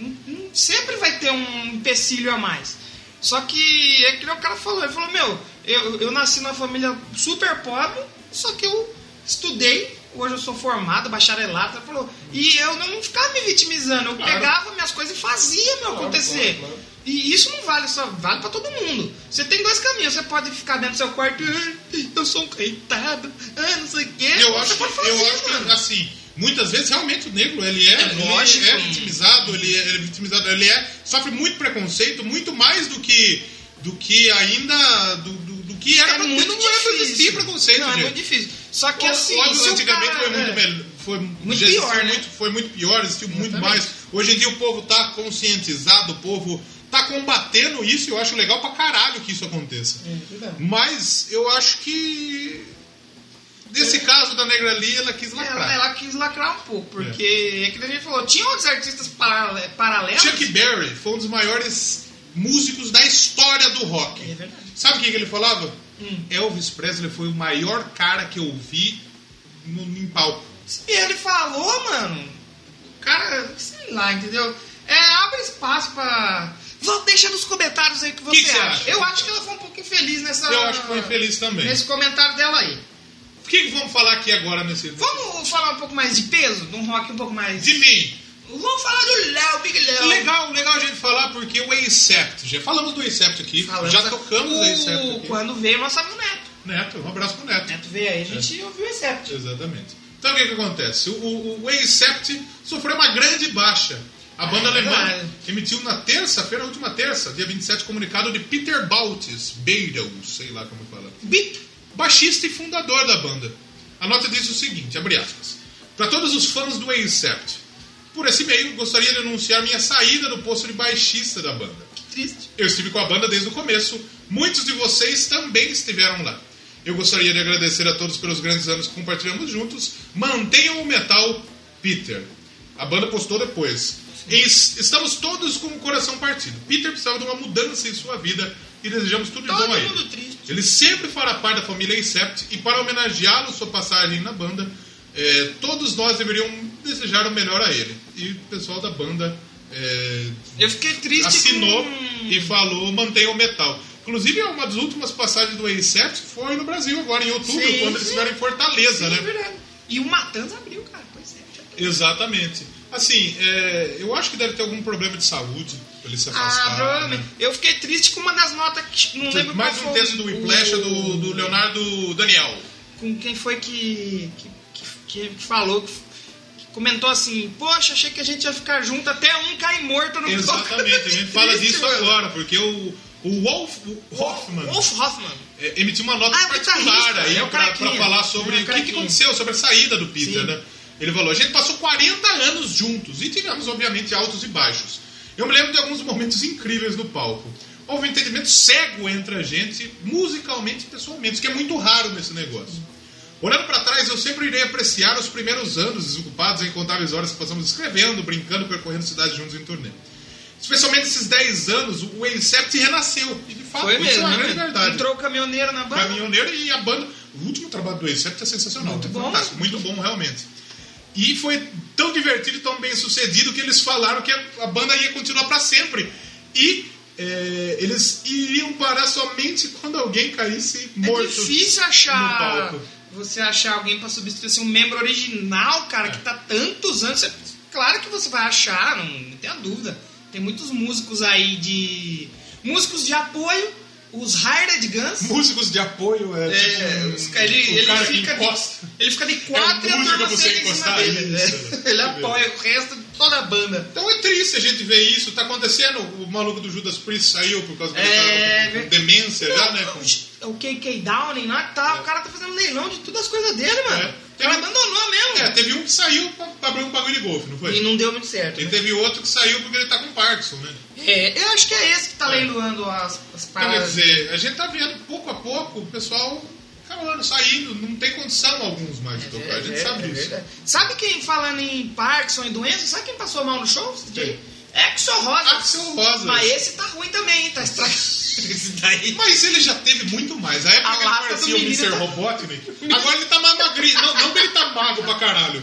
Hum, hum, Sempre vai ter um empecilho a mais. Só que é que nem o cara falou, ele falou, meu, eu, eu nasci numa família super pobre, só que eu estudei, hoje eu sou formado, bacharelado, ele falou, e eu não ficava me vitimizando, eu pegava minhas coisas e fazia meu acontecer.
claro, claro.
E isso não vale só, vale pra todo mundo. Você tem dois caminhos, você pode ficar dentro do seu quarto, "Ah, eu sou um coitado, ah, não sei o quê.
Eu
Você
acho,
pode
que, eu
fazer,
acho que,
mano.
assim, muitas vezes realmente o negro, ele é,
É lógico.
ele é vitimizado, ele é, ele é vitimizado, ele é, sofre muito preconceito, muito mais do que, do que ainda, do, do, do que era,
é
pra-
muito
não era pra
difícil.
existir preconceito,
Não, é
gente.
muito difícil. Só que
O-
assim,
o-
se o
antigamente
cara-
foi muito
é.
melhor. Foi
Muito
já existiu
pior, né?
muito- foi muito pior, existiu muito mais. Hoje em dia o povo tá conscientizado, o povo tá combatendo isso e eu acho legal pra caralho que isso aconteça.
É, verdade.
Mas eu acho que. Nesse caso da Negra Lee, ela quis
É. Ela,
lacrar.
é, ela quis lacrar um pouco, porque é que nem a gente falou, tinha outros artistas parale- paralelos.
Chuck Berry foi um dos maiores músicos da história do rock.
É verdade.
Sabe o que, que ele falava?
Hum.
Elvis Presley foi o maior cara que eu vi no, em palco.
E ele falou, mano, o cara, sei lá, entendeu? É, abre espaço pra. Vó, Deixa nos comentários aí o que você
que você
acha.
acha?
Eu acho que ela foi um pouco infeliz nessa.
Eu acho que foi infeliz também.
Nesse comentário dela aí.
O que, que vamos falar aqui agora nesse
Vamos falar um pouco mais de peso? De um rock um pouco mais.
De mim.
Vamos falar do Léo, Big Léo.
Legal, legal a gente falar porque o Acept, já falamos do Acept aqui,
Falamos
já tocamos o Acept
o...
aqui.
Quando veio, nós sabemos o Neto.
Neto, um abraço pro Neto.
Neto veio aí, a gente ouviu o Except.
Exatamente. Então o que, que acontece? O, o, o Accept sofreu uma grande baixa. A banda alemã
É verdade.
emitiu na terça-feira, na última terça, dia 27, comunicado de Peter Baltes, Beatles, sei lá como fala.
Bit.
baixista e fundador da banda. A nota diz o seguinte, abre aspas. Para todos os fãs do Accept, por esse meio gostaria de anunciar minha saída do posto de baixista da banda.
Triste.
Eu estive com a banda desde o começo, muitos de vocês também estiveram lá. Eu gostaria de agradecer a todos pelos grandes anos que compartilhamos juntos. Mantenham o metal, Peter. A banda postou depois. "Es- Estamos todos com o coração partido. Peter precisava de uma mudança em sua vida e desejamos tudo de
Todo
bom a ele.
mundo triste.
Ele sempre fará parte da família Incept e para homenageá-lo sua passagem na banda, eh, todos nós deveríamos desejar o melhor a ele. E o pessoal da banda eh,
Eu fiquei triste
assinou
com...
e falou mantenha o metal. Inclusive, é uma das últimas passagens do Incept foi no Brasil agora, em outubro,
Sim,
quando eles
sim.
estiveram em Fortaleza,
Sim,
né?
verdade. E o Matanza abriu, cara. Pois é. já abriu.
Exatamente. Assim, eh, eu acho que deve ter algum problema de saúde pra ele se afastar.
Ah, provavelmente.
né?
Eu fiquei triste com uma das notas que não lembro
Mais
qual
um
foi
texto do
o-
Whiplash é do, do
(laughs)
Leonardo Daniel.
com quem foi que, que, que- que falou, que, que comentou assim, poxa, achei que a gente ia ficar junto, até um cai morto no
Exatamente, a
(laughs)
gente fala disso agora, porque o, o Wolf, o Hoffman
Hoffman. Wolf Hoffman.
é, emitiu uma nota
Ah, é o
particular
guitarrista,
aí
é o
pra,
craquinho.
pra falar sobre
É, o
o que que,
craquinho.
aconteceu, sobre a saída do Peter,
Sim.
né? Ele falou, a gente passou 40 anos juntos e tivemos, obviamente, altos e baixos. Eu me lembro de alguns momentos incríveis no palco. Houve um entendimento cego entre a gente, musicalmente e pessoalmente, o que é muito raro nesse negócio. Olhando pra trás, eu sempre irei apreciar os primeiros anos desocupados, as incontáveis horas que passamos escrevendo, brincando, percorrendo cidades juntos em turnê. Especialmente esses 10 anos, o Incept renasceu. E de fato,
Foi
isso
mesmo,
é uma
né?
grande verdade.
Entrou o caminhoneiro na banda.
Caminhoneiro um e a banda. O último trabalho do Accept é sensacional.
Muito
é
bom.
Fantástico, muito bom, realmente. E foi tão divertido e tão bem sucedido que eles falaram que a a banda ia continuar para sempre. E é, eles iriam parar somente quando alguém caísse
É
morto.
difícil
no
achar
palco.
você achar alguém pra substituir assim, um membro original,
É.
cara, que tá tantos anos. Você- claro que você vai achar, não, não tenha dúvida. Tem muitos músicos aí de. Músicos de apoio, os Hired Guns.
Músicos de apoio é,
É, os ca- ele,
o
ele
um cara que
fica
encosta.
de, ele fica de quatro
É
e a
música
turma
pra você
senta em cima
encostar,
dele. né?
isso.
(laughs) Ele apoia o resto de toda a banda.
Então é triste a gente ver isso. Tá acontecendo. O maluco do Judas Priest saiu por causa que ele
É,
tava
ver-
com demência já, né? com-
O KK Downing lá e tal, o cara tá fazendo leilão de todas as coisas dele, mano.
É.
Ele abandonou mesmo.
É, teve um que saiu pra, pra abrir um bagulho de golfe, não foi?
E não deu muito certo.
E teve outro que saiu porque ele tá com Parkinson, né?
É, eu acho que é esse que tá leiloando as, as
Então, quer
paradas.
dizer, a gente tá vendo pouco a pouco o pessoal acabando, saindo, não tem condição alguns mais de tocar, a gente
É,
sabe
é
disso. (laughs)
verdade. Sabe quem, falando em Parkinson e doença, sabe quem passou mal no show?
Quem?
É que o Rosa.
Axl Rose.
Mas esse tá ruim também, tá
(laughs)
estragado. Esse daí.
Mas ele já teve muito mais. A época
A
que ele
lata do
parecia o
menino
Mr.
tá-
Robotnik, agora ele tá mais magrinho. Não, não que ele tá magro pra caralho.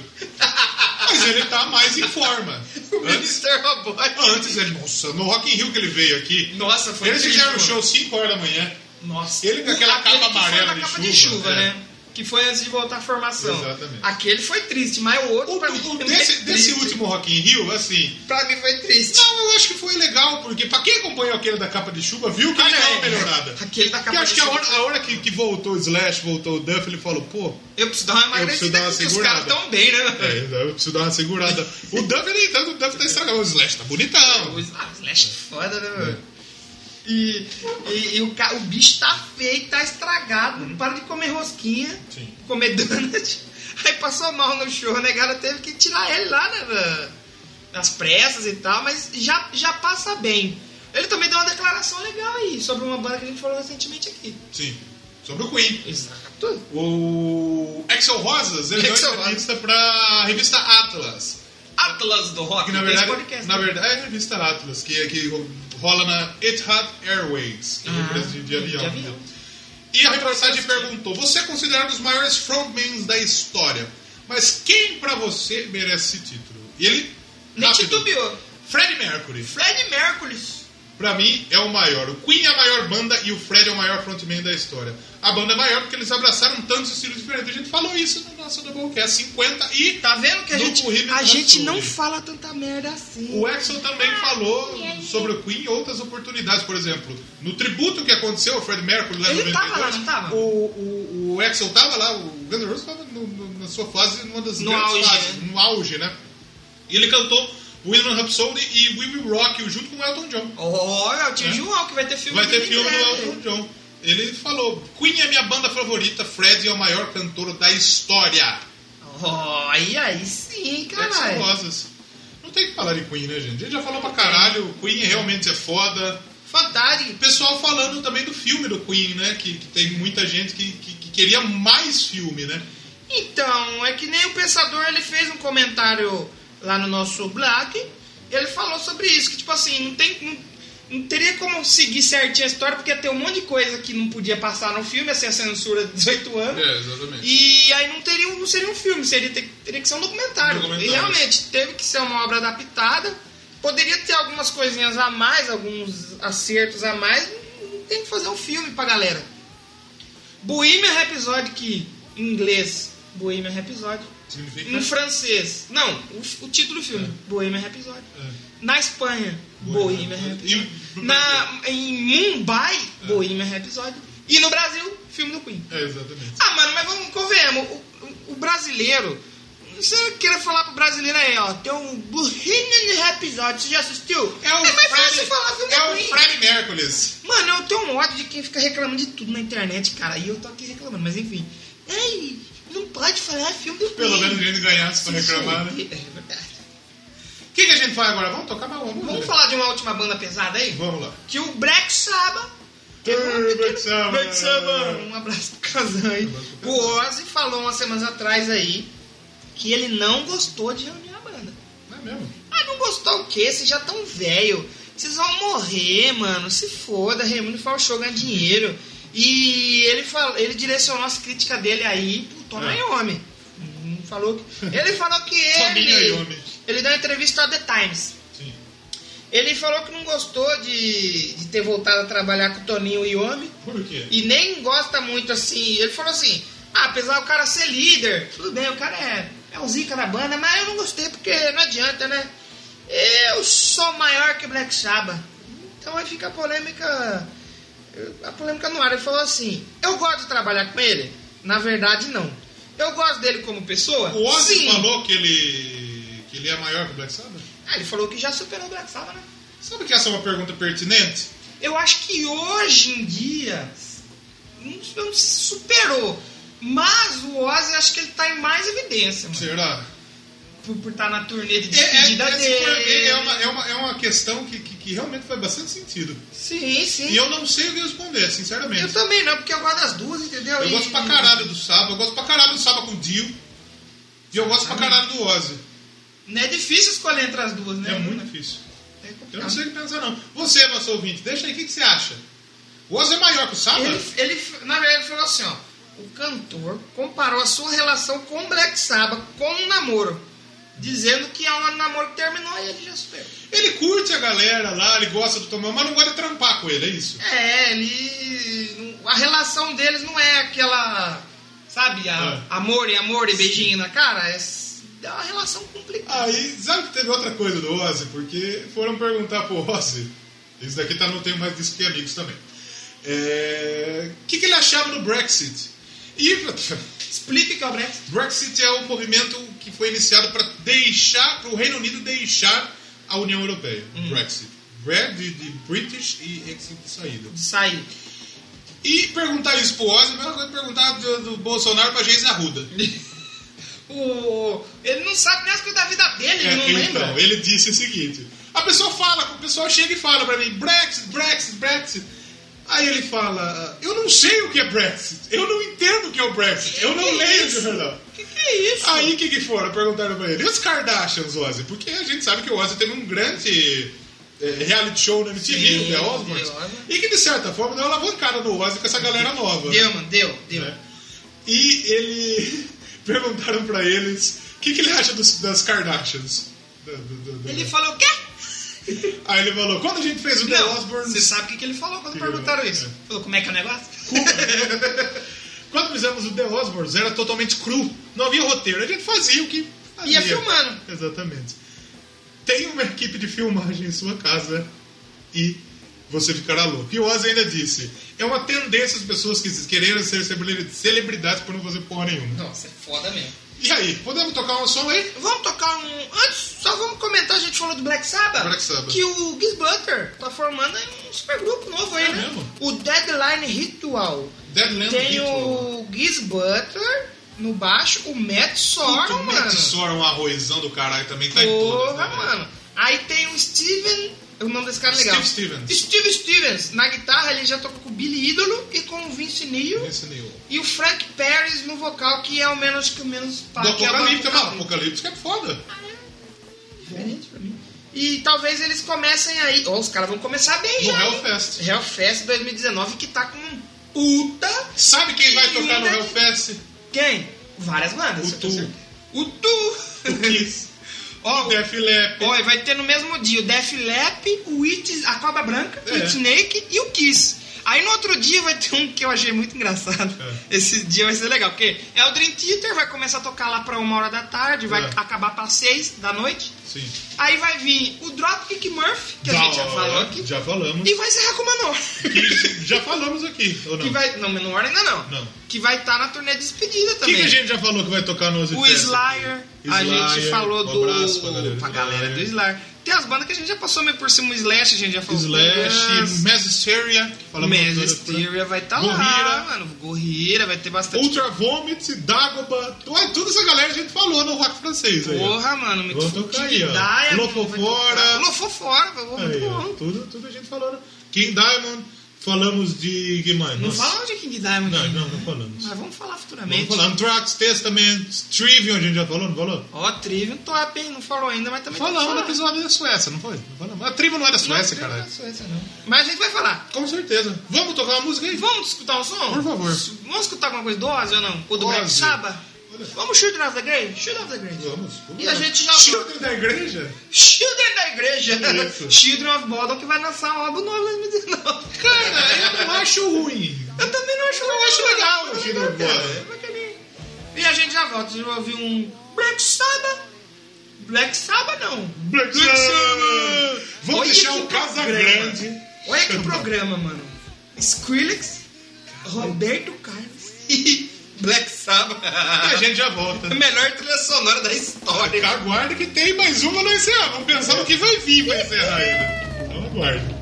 Mas ele tá mais em
(laughs)
forma. Antes,
Mr. Robot.
antes ele. Nossa, no Rock in Rio que ele veio aqui.
Nossa, foi
Eles
triste,
fizeram o
mano.
um show 5 horas da manhã.
Nossa.
Ele com aquela
Aquele
capa
que foi
amarela
na
de
capa
chuva,
de chuva,
é.
né? Que foi antes de voltar à formação.
Exatamente.
Aquele foi triste, mas o outro
O-
pra mim (laughs)
o-
foi
desse,
triste.
desse último Rock in Rio, assim.
Pra mim foi triste.
Não, eu acho que foi legal, porque pra quem acompanhou aquele da capa de chuva, viu que ele
Ah,
deu
não,
uma melhorada.
Aquele da
Porque
capa
acho
de
que é a
chuva.
hora, a hora que, que voltou o Slash, voltou o Duff, ele falou, pô,
Eu preciso dar uma
Eu preciso
emagrecida
dar uma
aqui, que os
segurada.
caras tão bem, né?
é, eu preciso dar uma segurada. O Duff, ele, o Duff tá estragado, o Slash tá bonitão.
O Slash é foda, né, mano? E, e, e o, ca- o bicho tá feio, tá estragado, não para de comer rosquinha,
Uhum. Sim.
comer (laughs) donut. Aí passou mal no show, né, cara? Teve que tirar ele lá, né, mano? Nas pressas e tal, mas já, já passa bem. Ele também deu uma declaração legal aí sobre uma banda que a gente falou recentemente aqui.
Sim. Sobre o Queen.
Exato.
O Axel Rosas, ele
Axl
deu uma entrevista pra revista Atlas.
Atlas do Rock,
Que na
esse
verdade,
podcast,
na
né?
verdade é a revista Atlas, que, que rola na Etihad Airways, que é uma
Ah,
empresa de, de avião.
de avião.
né? E a reportagem perguntou: Você é considerado um dos maiores frontmans da história, mas quem pra você merece esse título? E ele.
Nem
rápido,
titubeou.
Freddie Mercury,
Fred Mercury.
pra mim, é o maior. O Queen é a maior banda e o Fred é o maior frontman da história. A banda é maior porque eles abraçaram tantos estilos diferentes. A gente falou isso no nosso Doublecast 50 e.
Tá vendo que a
No
gente,
currículo
a
tá
gente
tudo.
não fala tanta merda assim.
O Axel também falou sobre o Queen e outras oportunidades, por exemplo, no tributo que aconteceu ao Fred Mercury lá em
Ele
92,
tava lá, não tava?
O, o, o Axel tava lá, o Guns N' Roses tava no, no, no na sua fase, numa das
No
grandes
auge,
fases,
né?
no auge, né? E ele cantou William Rhapsody e We Will Rock You junto com o Elton John.
Olha, o tio
É.
João que vai ter filme
Vai ter
dele em
filme do
breve.
Elton John. Ele falou: Queen é minha banda favorita, Fred é o maior cantor da história.
Ó, aí, aí sim,
Jackson
caralho.
Rosas. Não tem que falar de Queen, né, gente? A gente já falou pra caralho, Queen realmente é foda.
Fantástico.
O pessoal falando também do filme do Queen, né? Que, que tem muita gente que, que- que queria mais filme, né?
Então, é que nem o Pensador, ele fez um comentário lá no nosso blog, ele falou sobre isso, que tipo assim, não tem... Não, não teria como seguir certinho a história, porque ia ter um monte de coisa que não podia passar no filme, assim, a censura de 18 anos.
É, exatamente.
E aí não teria, um- não seria um filme, seria, ter- teria que ser um documentário.
Documentário.
E realmente, teve que ser uma obra adaptada. Poderia ter algumas coisinhas a mais, alguns acertos a mais. não Tem que fazer um filme pra galera. Bohemian Rhapsody, que em inglês, Bohemian Rhapsody.
Significa.
Em francês, não, o, f- o título do filme, Bohemian Rhapsody.
É.
Na Espanha, Bohemian
Bohemian É.
Rhapsody.
E-
Na, em Mumbai, Bohemian Rhapsody. E no Brasil, filme do Queen.
É, exatamente.
Ah, mano, mas vamos, convenhamos, o, o- o brasileiro. Você queira falar pro brasileiro aí, ó, tem um Bohemian Rhapsody, você já assistiu?
É o,
mais fácil
Fred,
falar filme
é
do
o
Queen.
Fred Mercury.
Mano, eu tenho um ódio de quem fica reclamando de tudo na internet, cara, e eu tô aqui reclamando, mas enfim. Ai, não pode falar filme do
Pelo
Queen.
menos a gente ganhasse pra reclamar, né?
É verdade.
O que, que a gente faz agora? Vamos tocar mais uma música?
Vamos falar de uma última banda pesada aí?
Vamos lá.
Que o Black Sabbath. que é uma
Ei, Black
pequena-
Sabbath.
Black Sabbath. Um abraço pro Kazan aí.
abraço pro
O Ozzy falou umas semanas atrás aí que ele não gostou de reunir a banda.
Não é mesmo?
Ah, não gostou o quê? Vocês já tão velho. Vocês vão morrer, mano. Se foda, reúne faz o show, ganha dinheiro. E ele, fal- ele direcionou as críticas dele aí pro Tom
É.
Iommi. Não Falou
(laughs)
que... Ele falou que
Tominho
ele...
Iommi.
Ele deu uma entrevista ao The Times.
Sim.
Ele falou que não gostou de, de ter voltado a trabalhar com o Toninho e Homem.
Por quê?
E nem gosta muito assim. Ele falou assim: ah, apesar do cara ser líder, tudo bem, o cara é, é o zica da banda, mas eu não gostei porque não adianta, né? Eu sou maior que Black Sabbath. Então aí fica a polêmica. A polêmica no ar. Ele falou assim: eu gosto de trabalhar com ele? Na verdade, não. Eu gosto dele como pessoa?
O Ozzy
Sim.
falou que ele, que ele é maior que o Black Sabbath?
Ah, ele falou que já superou o Black Sabbath, né?
Sabe que essa é uma pergunta pertinente?
Eu acho que hoje em dia não, não superou. Mas o Ozzy acho que ele tá em mais evidência, mano.
Será?
Por, por estar na turnê de
É, é,
despedida
essa
dele.
foi- é uma, é, uma, é uma questão que, que, que realmente faz bastante sentido.
Sim, sim.
E
Eu...
eu não sei o que responder, sinceramente. Eu,
também não, porque eu gosto das duas, entendeu? E-
gosto pra caralho do Saba, eu gosto pra caralho do Saba com o Dio. E eu gosto pra caralho do Ozzy.
Não é difícil escolher entre as duas, né?
É muito difícil.
É
Eu
complicado.
não sei o que pensar, não. Você, nosso ouvinte, deixa aí o que, que você acha. O Ozzy é maior que o Saba?
Ele, ele, na verdade, ele falou assim, ó. O cantor comparou a sua relação com o Black Sabbath com um namoro. Dizendo que é um namoro que terminou e ele já superou.
Ele curte a galera lá, ele gosta do Tomão, mas não gosta de trampar com ele, é isso?
É, ele. A relação deles não é aquela. Sabe, a-
É.
amor e amor e beijinho na cara. É, s- é uma relação complicada.
Aí, sabe que teve outra coisa do Ozzy? Porque foram perguntar pro Ozzy. Isso daqui tá no Tenho Mais Disco que Amigos também. É, O que, que ele achava do Brexit? E (laughs)
Explica o que é o Brexit.
Brexit é um movimento que foi iniciado para deixar, para o Reino Unido deixar a União Europeia. Brexit. Bre de, de British e exit de saída.
de Sair.
E perguntar isso pro Ozzy, a mesma coisa que perguntar do, do Bolsonaro pra Geisa Arruda.
O, ele não sabe nem as coisas da vida dele,
É,
ele não
então,
lembra.
ele disse o seguinte: a pessoa fala, o pessoal chega e fala pra mim, Brexit, Brexit, Brexit. Aí ele fala, eu não sei o que é Brexit, eu não entendo o que é o Brexit, eu não
Que
leio
isso?
de jornal.
O que, que é isso?
Aí o que, que foram? Perguntaram pra ele, e os Kardashians, Ozzy? Porque a gente sabe que o Ozzy teve um grande é, reality show na MTV,
Sim,
o The Osbournes,
The Osbournes.
né, e que de certa forma deu uma alavancada no Ozzy com essa galera nova. né?
Deu, mano, deu, deu.
né? E ele (laughs) perguntaram pra eles o que, que ele acha dos, das Kardashians. Da- da- da- da-
Ele falou o quê?
Aí ele falou, quando a gente fez o The
Não,
Osbournes,
você sabe o que, que ele falou quando
Que-
perguntaram isso.
é.
Falou, como é que é o negócio?
(laughs) quando fizemos o The Osbournes era totalmente cru, não havia roteiro, a gente fazia o que fazia.
Ia filmando.
Exatamente. Tem uma equipe de filmagem em sua casa e você ficará louco. E o Ozzy ainda disse, é uma tendência as pessoas que quererem ser celebridades por não fazer porra nenhuma.
Nossa, é foda mesmo.
E aí, podemos tocar um som aí?
Vamos tocar um. Antes, só vamos comentar, a gente falou do Black Sabbath.
Black Sabbath.
Que o Giz Butler tá formando aí um super grupo novo aí,
É
né?
mesmo?
O Deadline Ritual.
Deadland
Tem
Ritual.
o Giz Butler no baixo, o Matt
Puta,
Sorum, mano.
o Matt Sorum, um arrozão do caralho também, tá em todas, né,
Porra,
velho?
mano. Aí tem o Steven. O nome desse cara é legal.
Steve Stevens.
Steve Stevens. Na guitarra ele já toca com o Billy Idolo e com o Vince Neil.
Esse Neil.
E o Frank Perez no vocal, que é o menos que o menos
Do
que é o
Apocalipse, é
Apocalipse.
Apocalipse que é foda.
Diferente pra mim. E talvez eles comecem aí. Ó, os caras vão começar bem
No
já. hein?
Hellfest.
Hellfest 2019, que tá com um puta.
Sabe quem vai tocar no
Ainda-
Hellfest?
Quem? Várias bandas.
O Tu.
O Tu. (laughs)
O Kiss.
Ó,
O Def Leppard.
Ó, e vai ter no mesmo dia o Def Leppard, o It, a Cobra Branca, o
É.
It Snake e o Kiss. Aí no outro dia vai ter um que eu achei muito engraçado.
É.
Esse dia vai ser legal, porque é o Dream Theater, vai começar a tocar lá pra uma hora da tarde, vai
É.
acabar pra seis da noite.
Sim.
Aí vai vir o Dropkick Murphy, que a gente já falou aqui,
Já falamos.
e vai encerrar com o Manor.
Que já falamos aqui, ou não?
Que vai, não, Manor ainda não.
Não.
Que vai estar na turnê de despedida
O que,
também.
que a gente já falou que vai tocar no Ozzy
O
Fest?
Slayer, a
Slayer,
gente falou
um
do.
abraço pra galera do
pra galera do
Slayer.
Slayer. Tem as bandas que a gente já passou meio por cima, o Slash, a gente já falou.
Slash, Mesosteria, falamos do-
Mestiria vai estar lá,
Gorilla.
mano. Gorrira, vai ter bastante.
Ultra Vomit, Dagoba, tu- ah, toda essa galera a gente falou no rock francês aí. ó.
Porra, mano. Muito
Vamos tocar aí, ó.
Kikidaya,
Lofofora.
vai tocar. Lofofora, vai- muito
Aí, ó,
bom.
tudo, tudo a gente falou. né? King Diamond, falamos de Guimarães.
Não falamos de King Diamond.
Não,
ainda,
não, não
né?
falamos.
Mas vamos falar
Vamos
futuramente.
falar. Anthrax, Testament, Trivium, a gente já falou, não falou?
Ó, Trivium top, hein? Não falou ainda, mas também
Falamos no
tem que falar.
episódio da Suécia, não foi? Não falamos. A Trivium não é da Suécia,
Não,
caralho.
não é Suécia, não. Mas a gente vai falar.
Com certeza. Vamos tocar uma música aí?
Vamos escutar um som?
Por favor.
Vamos escutar alguma coisa do Ozzy ou não? Ou do Black
Ozzy.
Sabbath?
Olha.
Vamos Children of the Grave? Children of the Grave.
Vamos.
E a gente já-
Children da igreja?
Children da Igreja. (laughs)
Isso.
Children of Bodom que vai lançar um álbum novo em 2019.
Cara, eu não acho ruim.
Eu também não acho
Eu acho legal o né? Children of
cara.
Bodom.
Mas também- E a gente já volta. Vocês vão ouvir um Black Sabbath. Black Sabbath não.
Black Sabbath! Vamos
Olha
deixar
que
o Casa
programa.
Grande.
Olha que programa, mano. Skrillex, Roberto Carlos e (laughs) Black Sabbath.
E a gente já volta.
A melhor trilha sonora da história.
Aguarde que tem mais uma no encerrar. Vamos pensar no que vai vir pra encerrar ainda. Então aguarde.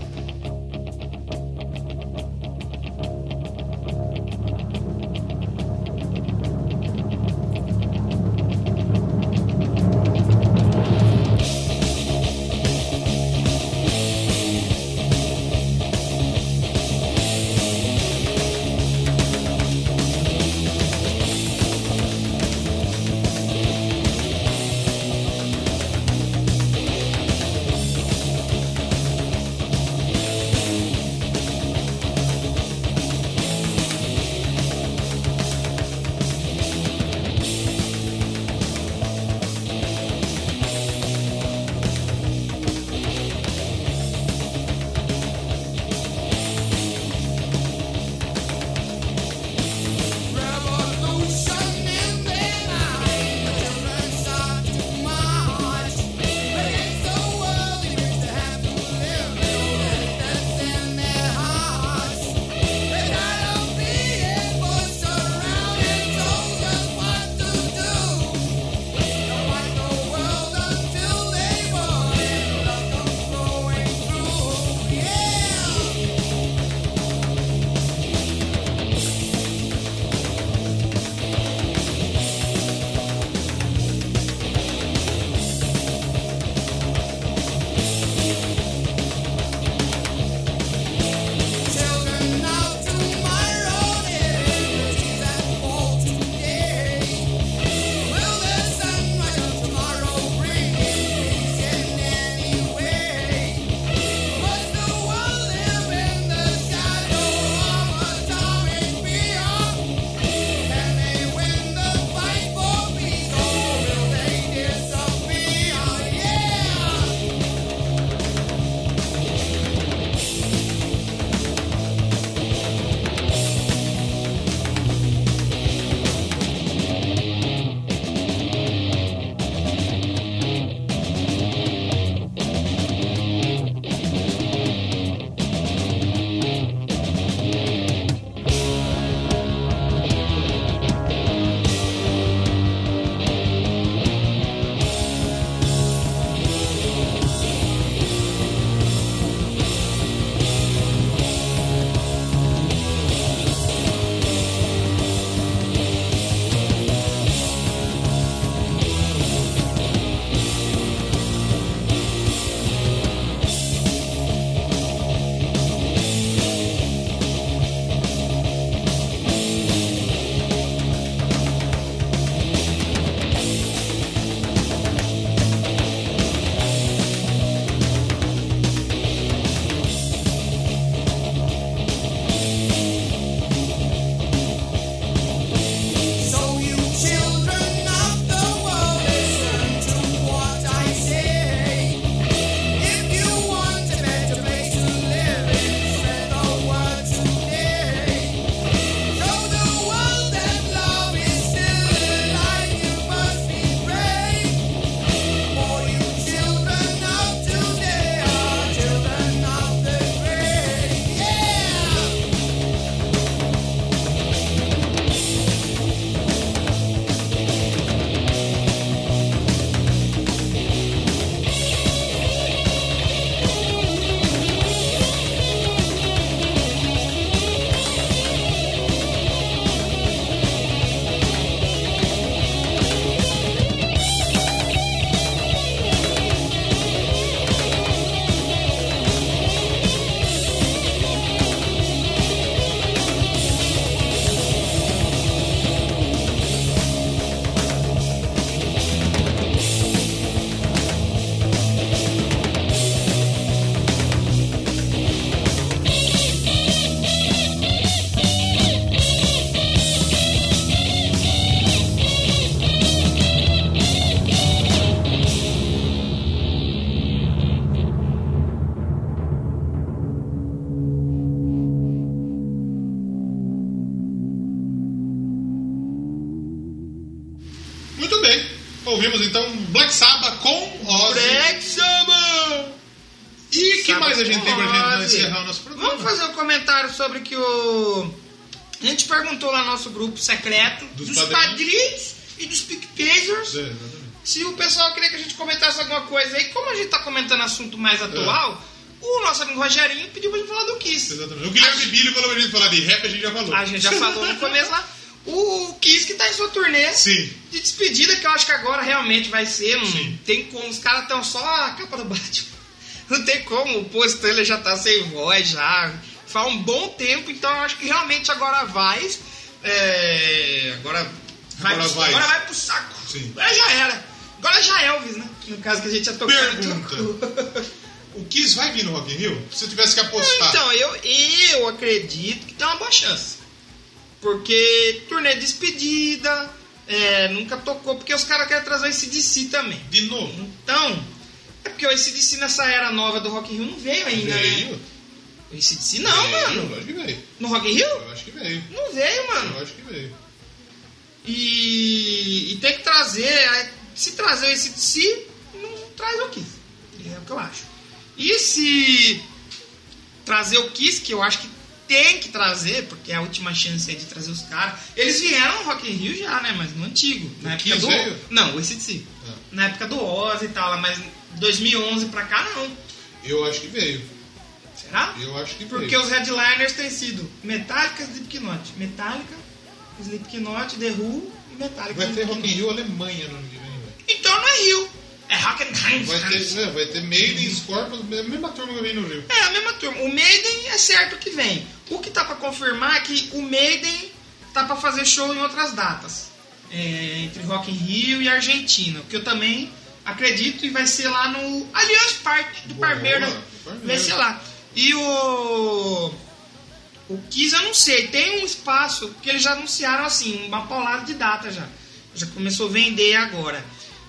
Black
Ouvimos então Black Sabbath com Ozzy.
Black Sabbath!
E o que
Sabbath
mais a gente
com
tem pra gente pra
Ozzy.
encerrar o nosso programa?
Vamos fazer um comentário sobre que o. A gente perguntou lá no nosso grupo secreto
Dos
dos,
padrinhos.
padrinhos. e dos PicPazers
É, exatamente.
se o pessoal queria que a gente comentasse alguma coisa aí. Como a gente tá comentando assunto mais atual,
É.
o nosso amigo Rogerinho pediu pra gente falar do Kiss.
Exatamente. O Guilherme Bilho falou pra gente falar de rap, a gente já falou.
A gente já falou no começo lá. O Kiss que tá em sua turnê
Sim.
de despedida, que eu acho que agora realmente vai ser. Não
Sim.
tem como. Os caras estão só a capa do Batman. (laughs) Não tem como. O Paul Stanley já tá sem voz já. Faz um bom tempo, então eu acho que realmente agora vai. é, agora, vai
Agora
pro,
vai.
agora vai pro saco.
Sim.
Agora já era. Agora já é Elvis, né? No caso que a gente já tocou. (laughs)
Pergunta. O Kiss vai vir no Rock in Rio? Se eu tivesse que apostar.
Então, eu, eu acredito que tem uma boa chance. Porque turnê de despedida, é, nunca tocou, porque os caras querem trazer o ACDC também.
De novo.
Então, é porque o ACDC nessa era nova do Rock in Rio não né? veio ainda, né?
Veio?
O ACDC não,
Veio,
mano.
Eu acho que veio.
No Rock in Rio?
Eu acho que veio.
Não veio, mano.
Eu acho que veio.
E, e tem que trazer, é, se trazer o ACDC, não traz o Kiss. É o que eu acho. E se trazer o Kiss, que eu acho que tem que trazer, porque é a última chance aí de trazer os caras. Eles vieram no Rock in Rio já, né? Mas no antigo. Na
O
época
Kiss
do.
veio?
Não, o ACDC.
Ah.
Na época do Ozzy e tal, lá, mas 2011 pra cá não.
Eu acho que veio.
Será?
Eu acho que
Porque
veio.
os headliners têm sido Metallica e Slipknot. Metallica, Slipknot, The Who e Metallica.
Vai ter Rock in
Slipknot.
Rio Alemanha no ano que vem, velho.
Então não é Rio. É Hockenheim.
Vai ter, é, vai ter Maiden, Scorpions, a mesma turma que vem no Rio.
É a mesma turma. O Maiden é certo que vem. O que tá pra confirmar é que o Maiden tá pra fazer show em outras datas. É, entre Rock in Rio e Argentina. O que eu também acredito e vai ser lá no Allianz Parque do
Boa,
Parmeira.
Parmeira.
Vai ser lá. E o... O Kiss eu não sei, tem um espaço, porque eles já anunciaram assim, uma paulada de data já. Já começou a vender agora.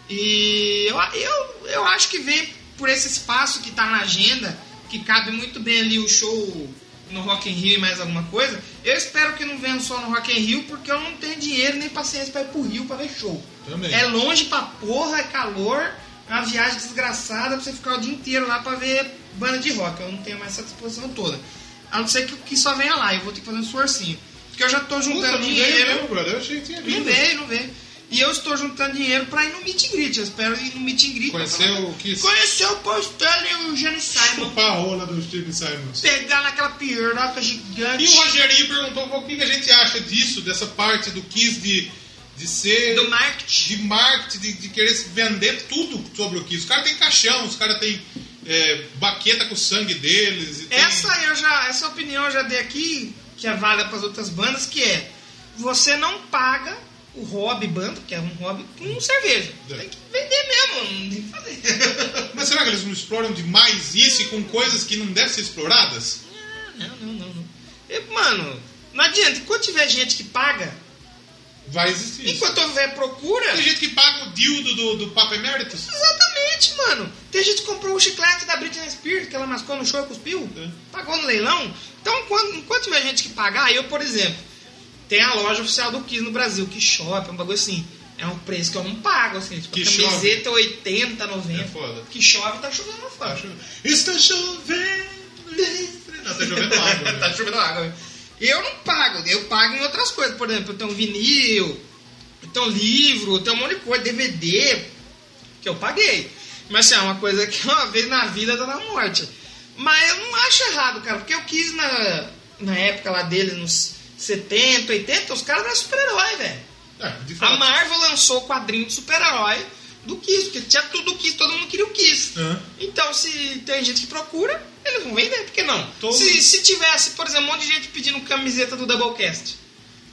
E eu, eu, eu acho que vem por esse espaço que tá na agenda, que cabe muito bem ali o show no Rock in Rio e mais alguma coisa. Eu espero que não venham só no Rock in Rio, porque eu não tenho dinheiro nem paciência pra ir pro Rio pra ver show.
Também.
É longe pra porra, é calor, é uma viagem desgraçada pra você ficar o dia inteiro lá pra ver banda de rock. Eu não tenho mais essa disposição toda. A não ser que, que só venha lá, eu vou ter que fazer um esforcinho. Porque eu já tô
Puta, né?
juntando
não veio
dinheiro.
mesmo, brother. Eu achei que tinha
Não
vindo.
veio, não veio. E eu estou juntando dinheiro pra ir no meet and greet. Eu espero ir no meet and greet.
Conhecer o Kiss.
Conhecer o Paul Stanley e o Gene Simon.
Chupar a rola do Steve Simons.
Pegar naquela piroca gigante.
E o Rogerinho perguntou um o que que a gente acha disso, dessa parte do Kiss de, de ser.
do marketing.
de marketing, de, de querer se vender tudo sobre o Kiss. Os caras têm caixão, os caras têm é, baqueta com o sangue deles. e tem-
Essa eu já, essa opinião eu já dei aqui, que é válida para as outras bandas, que é você não paga o hobby banda, que é um hobby, com cerveja.
É.
Tem que vender mesmo, não tem o que fazer.
Mas será que eles não exploram demais isso e com coisas que não devem ser exploradas?
Ah, não, não, não, não. E, mano, não adianta, enquanto tiver gente que paga,
Vai existir isso.
enquanto houver procura.
Tem gente que paga o dildo do, do Papa Emeritus.
Exatamente, mano. Tem gente que comprou o chiclete da Britney Spears, que ela mascou no show e cuspiu.
É.
Pagou no leilão. Então, quando, enquanto tiver gente que pagar, eu, por exemplo, tem a loja oficial do Kiss no Brasil, que shopping, um bagulho assim. É um preço que eu não pago, assim. Tipo,
Que
a camiseta 80, 90.
É foda.
Que chove, tá chovendo lá fora.
Tá chovendo. Está chovendo. dentro. Não, tá chovendo água.
(laughs)
né?
tá chovendo água. Eu não pago, eu pago em outras coisas. Por exemplo, eu tenho um vinil, eu tenho livro, eu tenho um monte de coisa, DVD, que eu paguei. Mas assim, é uma coisa que uma vez na vida dá na morte. Mas eu não acho errado, cara, porque eu quis na, na época lá dele, nos 70, 80, os caras eram super-herói, velho.
É, de
A
fato.
Marvel lançou o quadrinho de super-herói do Kiss, porque tinha tudo o Kiss, todo mundo queria o Kiss.
Aham.
Então, se tem gente que procura, eles vão vender, por que não?
Todo-
Se, se tivesse, por exemplo, um monte de gente pedindo camiseta do Doublecast,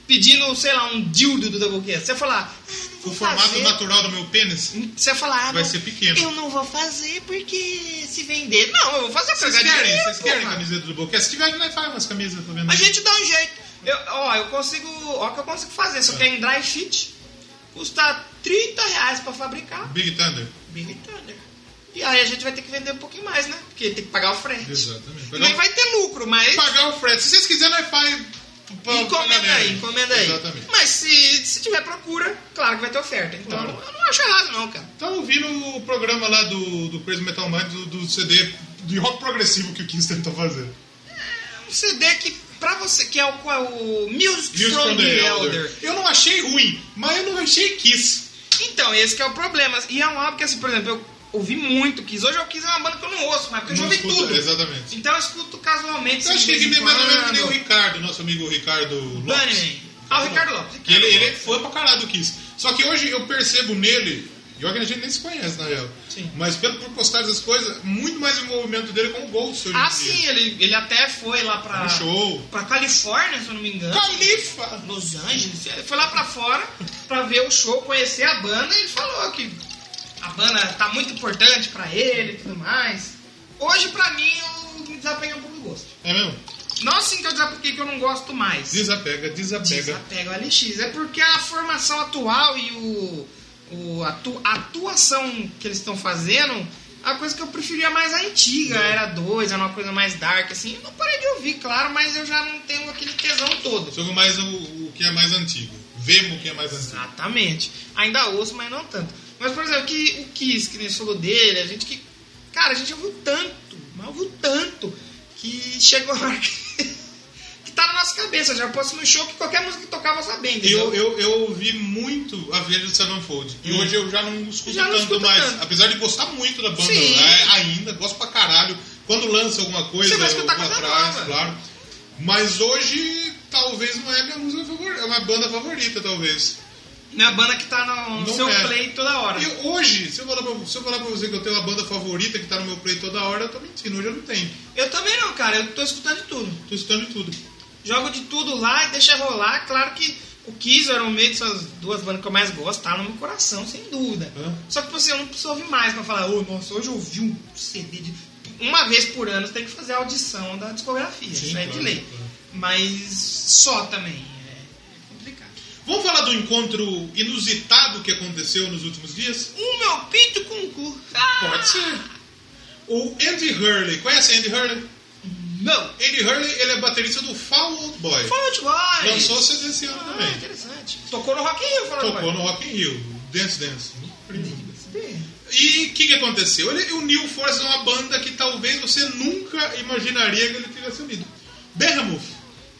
pedindo, sei lá, um dildo do Doublecast, você ia falar... "Ah, não
O
vou
formato
fazer."
natural do meu pênis
Você ia falar... "Ah,
vai
não,
ser pequeno.
Eu não vou fazer porque se vender... Não, eu vou fazer a
Vocês
pegadinha.
querem? Vocês
porra.
querem camiseta do Boca? Se tiver, nós faz umas camisas, tá vendo?
A gente dá um jeito. Eu, ó, eu consigo. Ó, o que eu consigo fazer. Só que é em dry fit. Custa 30 reais pra fabricar.
Big Thunder.
Big Thunder. E aí a gente vai ter que vender um pouquinho mais, né? Porque tem que pagar o frete.
Exatamente. Pagar
Nem
o-
vai ter lucro, mas.
pagar o frete. Se vocês quiserem, nós faz pra- pra
Encomenda
galera.
aí, encomenda aí.
Exatamente.
Mas se, se tiver procura, claro que vai ter oferta. Então
Claro.
eu não acho errado, não, cara.
Tava ouvindo o programa lá do, do Crazy Metal Mind, do, do CD de rock progressivo que o Kiss tentou fazer.
Um CD que pra você, que é o, qual é o Music
News
from, the Elder.
Eu não achei ruim, mas eu não achei Kiss.
Então, esse que é o problema. E é um álbum que, assim, por exemplo, eu ouvi muito Kiss. Hoje eu Kiss é uma banda que eu não ouço, mas porque eu já
Não
ouvi
escuta-
tudo.
Exatamente.
Então eu escuto casualmente. assim,
Eu acho que
de
ele
vez
é
em
mais ou menos que nem o
quando.
Ricardo, nosso amigo Ricardo Lopes.
Bunnyman. Ah, o Ricardo Lopes.
Que ele, ele é fã pra caralho do Kiss. Só que hoje eu percebo nele, e olha que a gente nem se conhece, na real.
Sim.
Mas pelo por postar essas coisas, muito mais envolvimento dele com o Ghost hoje em
Ah,
dia.
sim, ele, ele até foi lá pra.
No show.
Pra Califórnia, se eu não me engano.
Califa!
Los Angeles. Ele foi lá pra fora pra ver o show, conhecer a banda e ele falou que a banda tá muito importante pra ele e tudo mais. Hoje, pra mim, eu me desapeguei um pouco do gosto.
É mesmo?
Não assim que eu desapeguei que eu não gosto mais.
Desapega, desapega.
Desapega o LX. É porque a formação atual e o, o atu- a atuação que eles estão fazendo, a coisa que eu preferia mais a antiga, era dois, era uma coisa mais dark, assim. Eu não parei de ouvir, claro, mas eu já não tenho aquele tesão todo.
Jogo mais o, o que é mais antigo. Vemo o que é mais antigo.
Exatamente. Ainda ouço, mas não tanto. Mas, por exemplo, que o Kiss, que nem falou dele, a gente que. Cara, a gente ouviu tanto, mas ouviu tanto, que chegou a hora que, (laughs) que tá na nossa cabeça. Já posso ir no show que qualquer música que tocar eu vou saber, entendeu?
Eu, eu, eu ouvi muito a Via do Sevenfold. E
Hum.
hoje eu já não escuto
Já não
tanto
escuta
mais.
tanto.
Apesar de gostar muito da banda
Sim.
é, ainda, gosto pra caralho. Quando lança alguma coisa,
Você vai
eu vou
escutar
atrás,
coisa nova.
claro. Mas hoje talvez não é minha música favorita, é uma banda favorita, talvez.
Não é a banda que tá no,
Não
seu
é.
play toda hora.
E hoje, se eu, falar pra, se eu falar pra você que eu tenho uma banda favorita que tá no meu play toda hora, eu tô mentindo, hoje eu não tenho.
Eu também não, cara. Eu tô escutando de tudo.
Tô escutando tudo.
Jogo de tudo lá e deixa rolar. Claro que o Kiss era o meio dessas duas bandas que eu mais gosto, tá no meu coração, sem dúvida.
Hã?
Só que você não precisa ouvir mais pra falar, ô, nossa, hoje eu ouvi um CD de. Uma vez por ano você tem que fazer a audição da discografia.
Sim,
isso é de
claro,
lei.
claro.
Mas só também. É complicado.
Vamos falar do encontro inusitado que aconteceu nos últimos dias?
O meu pinto com o cu. Ah!
Pode ser. O Andy Hurley, conhece Andy Hurley?
Não.
Andy Hurley, ele é baterista do Fall Out Boy.
Fallout Boy.
Lançou CD esse ano
Ah,
também.
interessante. Tocou no Rock in Rio, Fallout Boy.
Tocou no Rock in Rio, Dance Dance. E o que, que aconteceu? Ele uniu forças numa banda que talvez você nunca imaginaria que ele tivesse unido. Behemoth.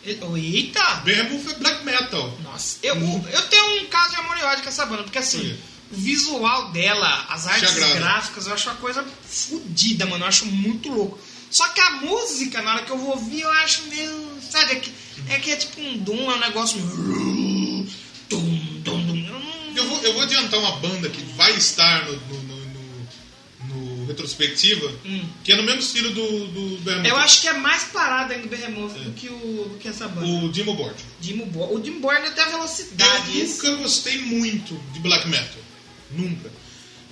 Ele- oh, Eita!
Behemoth é black metal.
Nossa, eu, eu tenho um caso de amor e ódio com essa banda, porque assim,
Sim.
o visual dela, as artes
agrada.
gráficas, eu acho uma coisa fodida, mano. Eu acho muito louco. Só que a música, na hora que eu vou ouvir, eu acho meio. Sabe, é que é, que é tipo um Doom, é um negócio. meio- Dum, dum, dum. Eu não-
Eu vou, eu vou adiantar uma banda que vai estar no, no- no- no- no retrospectiva,
Hum.
que é no mesmo estilo do, do Behemoth.
Eu acho que é mais parada ainda do Behemoth do que, o, do que essa banda.
O Dimo Borg.
Jimbo Bo- O Jim Borne até a velocidade.
Eu
esse-
nunca gostei muito de black metal. Nunca.